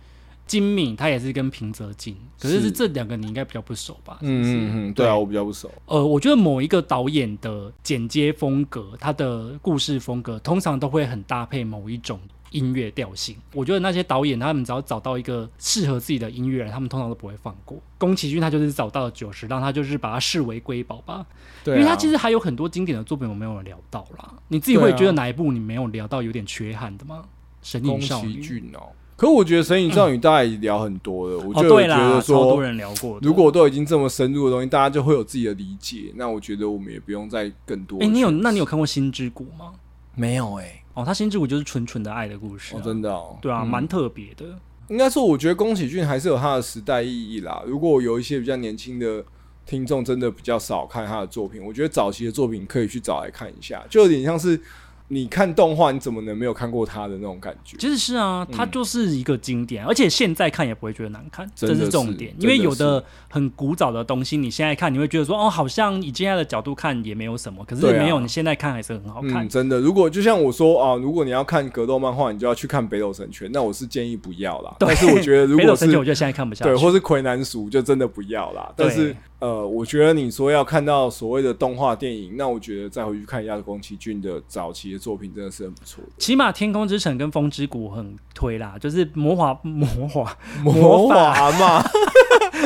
Speaker 1: 金敏，他也是跟平泽静，可是
Speaker 2: 是
Speaker 1: 是这两个你应该比较不熟吧？是不是
Speaker 2: 嗯嗯嗯，对啊，我比较不熟。
Speaker 1: 呃，我觉得某一个导演的剪接风格，他的故事风格，通常都会很搭配某一种音乐调性。我觉得那些导演他们只要找到一个适合自己的音乐人，他们通常都不会放过。宫崎骏他就是找到了九十，让他就是把它视为瑰宝吧，
Speaker 2: 对、啊，
Speaker 1: 因为他其实还有很多经典的作品我没有聊到啦。你自己会
Speaker 2: 对啊
Speaker 1: 觉得哪一部你没有聊到有点缺憾的吗？神
Speaker 2: 宫
Speaker 1: 隐少
Speaker 2: 崎
Speaker 1: 女。
Speaker 2: 骏哦。可我觉得《神隐少女》大家也聊很多了，我
Speaker 1: 哦，
Speaker 2: 就有
Speaker 1: 对
Speaker 2: 觉得
Speaker 1: 啦，哦超多
Speaker 2: 说，
Speaker 1: 人聊过的。
Speaker 2: 如果都已经这么深入的东西，大家就会有自己的理解。那我觉得我们也不用再更多
Speaker 1: 哎、
Speaker 2: 去。
Speaker 1: 你有那你有看过《心之谷》吗？
Speaker 2: 没有？哎，
Speaker 1: 哦，他《心之谷》就是纯纯的爱的故事、啊
Speaker 2: 哦，真的哦，
Speaker 1: 对啊，
Speaker 2: 嗯
Speaker 1: 蛮特别的。
Speaker 2: 应该说，我觉得宫崎骏还是有他的时代意义啦。如果有一些比较年轻的听众真的比较少看他的作品，我觉得早期的作品可以去找来看一下，就有点像是你看动画，你怎么能没有看过他的那种感觉？
Speaker 1: 其实是啊，
Speaker 2: 嗯
Speaker 1: 它就是一个经典，而且现在看也不会觉得难看，
Speaker 2: 真
Speaker 1: 这
Speaker 2: 的
Speaker 1: 是重
Speaker 2: 是
Speaker 1: 点。
Speaker 2: 真
Speaker 1: 因为
Speaker 2: 的
Speaker 1: 有的很古早的东西，你现在看你会觉得说，哦，好像以现在的角度看也没有什么，可是
Speaker 2: 对啊
Speaker 1: 没有，你现在看还是很好看
Speaker 2: 嗯，。真的。如果就像我说啊，如果你要看格斗漫画，你就要去看《北斗神拳》，那我是建议不要啦。
Speaker 1: 对
Speaker 2: 但是
Speaker 1: <laughs>
Speaker 2: 我觉得如
Speaker 1: 北
Speaker 2: 果
Speaker 1: 斗神
Speaker 2: 是
Speaker 1: 拳，我觉得现在看不下去。
Speaker 2: 对，或是魁南鼠，就真的不要啦。但是
Speaker 1: 对
Speaker 2: 呃，我觉得你说要看到所谓的动画电影，那我觉得再回去看一下宫崎骏的早期的作品，真的是很不错的。
Speaker 1: 起码《天空之城》跟《风之谷》很推啦，就是魔法魔法。魔
Speaker 2: 魔
Speaker 1: 法
Speaker 2: 法嘛，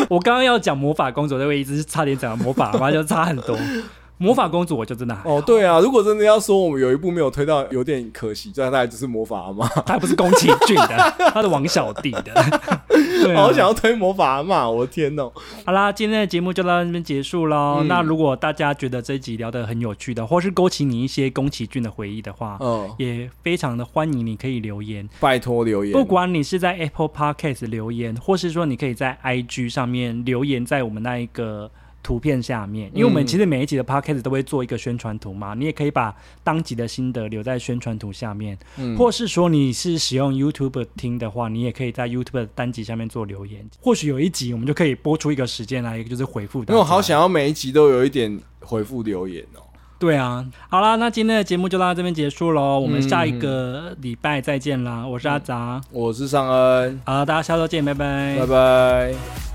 Speaker 1: 我刚刚要讲魔法公主，那位一直差点讲到魔法， <laughs> 妈就差很多。魔法公主我就真的还
Speaker 2: 哦，对啊，如果真的要说我们有一部没有推到，有点可惜，这大概就是魔法嘛。
Speaker 1: 他不是宫崎骏
Speaker 2: <laughs>
Speaker 1: 的，他是王小弟的。对啊
Speaker 2: 好想要推魔法嘛，我的天哦！
Speaker 1: 好啦，今天的节目就到这边结束喽。
Speaker 2: 嗯
Speaker 1: 那如果大家觉得这一集聊得很有趣的，或是勾起你一些宫崎骏的回忆的话，
Speaker 2: 嗯，
Speaker 1: 也非常的欢迎你可以留言。
Speaker 2: 拜托留言，
Speaker 1: 不管你是在 Apple Podcast 留言，或是说你可以在 IG 上面留言，在我们那一个图片下面，因为我们
Speaker 2: 嗯
Speaker 1: 其实每一集的 Podcast 都会做一个宣传图嘛，你也可以把当集的心得留在宣传图下面，
Speaker 2: 嗯
Speaker 1: 或是说你是使用 YouTube 听的话，你也可以在 YouTube 的单集下面做留言，或许有一集我们就可以播出一个时间来，就是回复大家。
Speaker 2: 因为我好想要每一集都有一点回复留言哦。
Speaker 1: 对啊，好啦，那今天的节目就到这边结束喽，我们下一个礼
Speaker 2: 嗯
Speaker 1: 拜再见啦，我是阿杂，
Speaker 2: 我是尚恩，
Speaker 1: 好，大家下周见，拜拜
Speaker 2: 拜拜。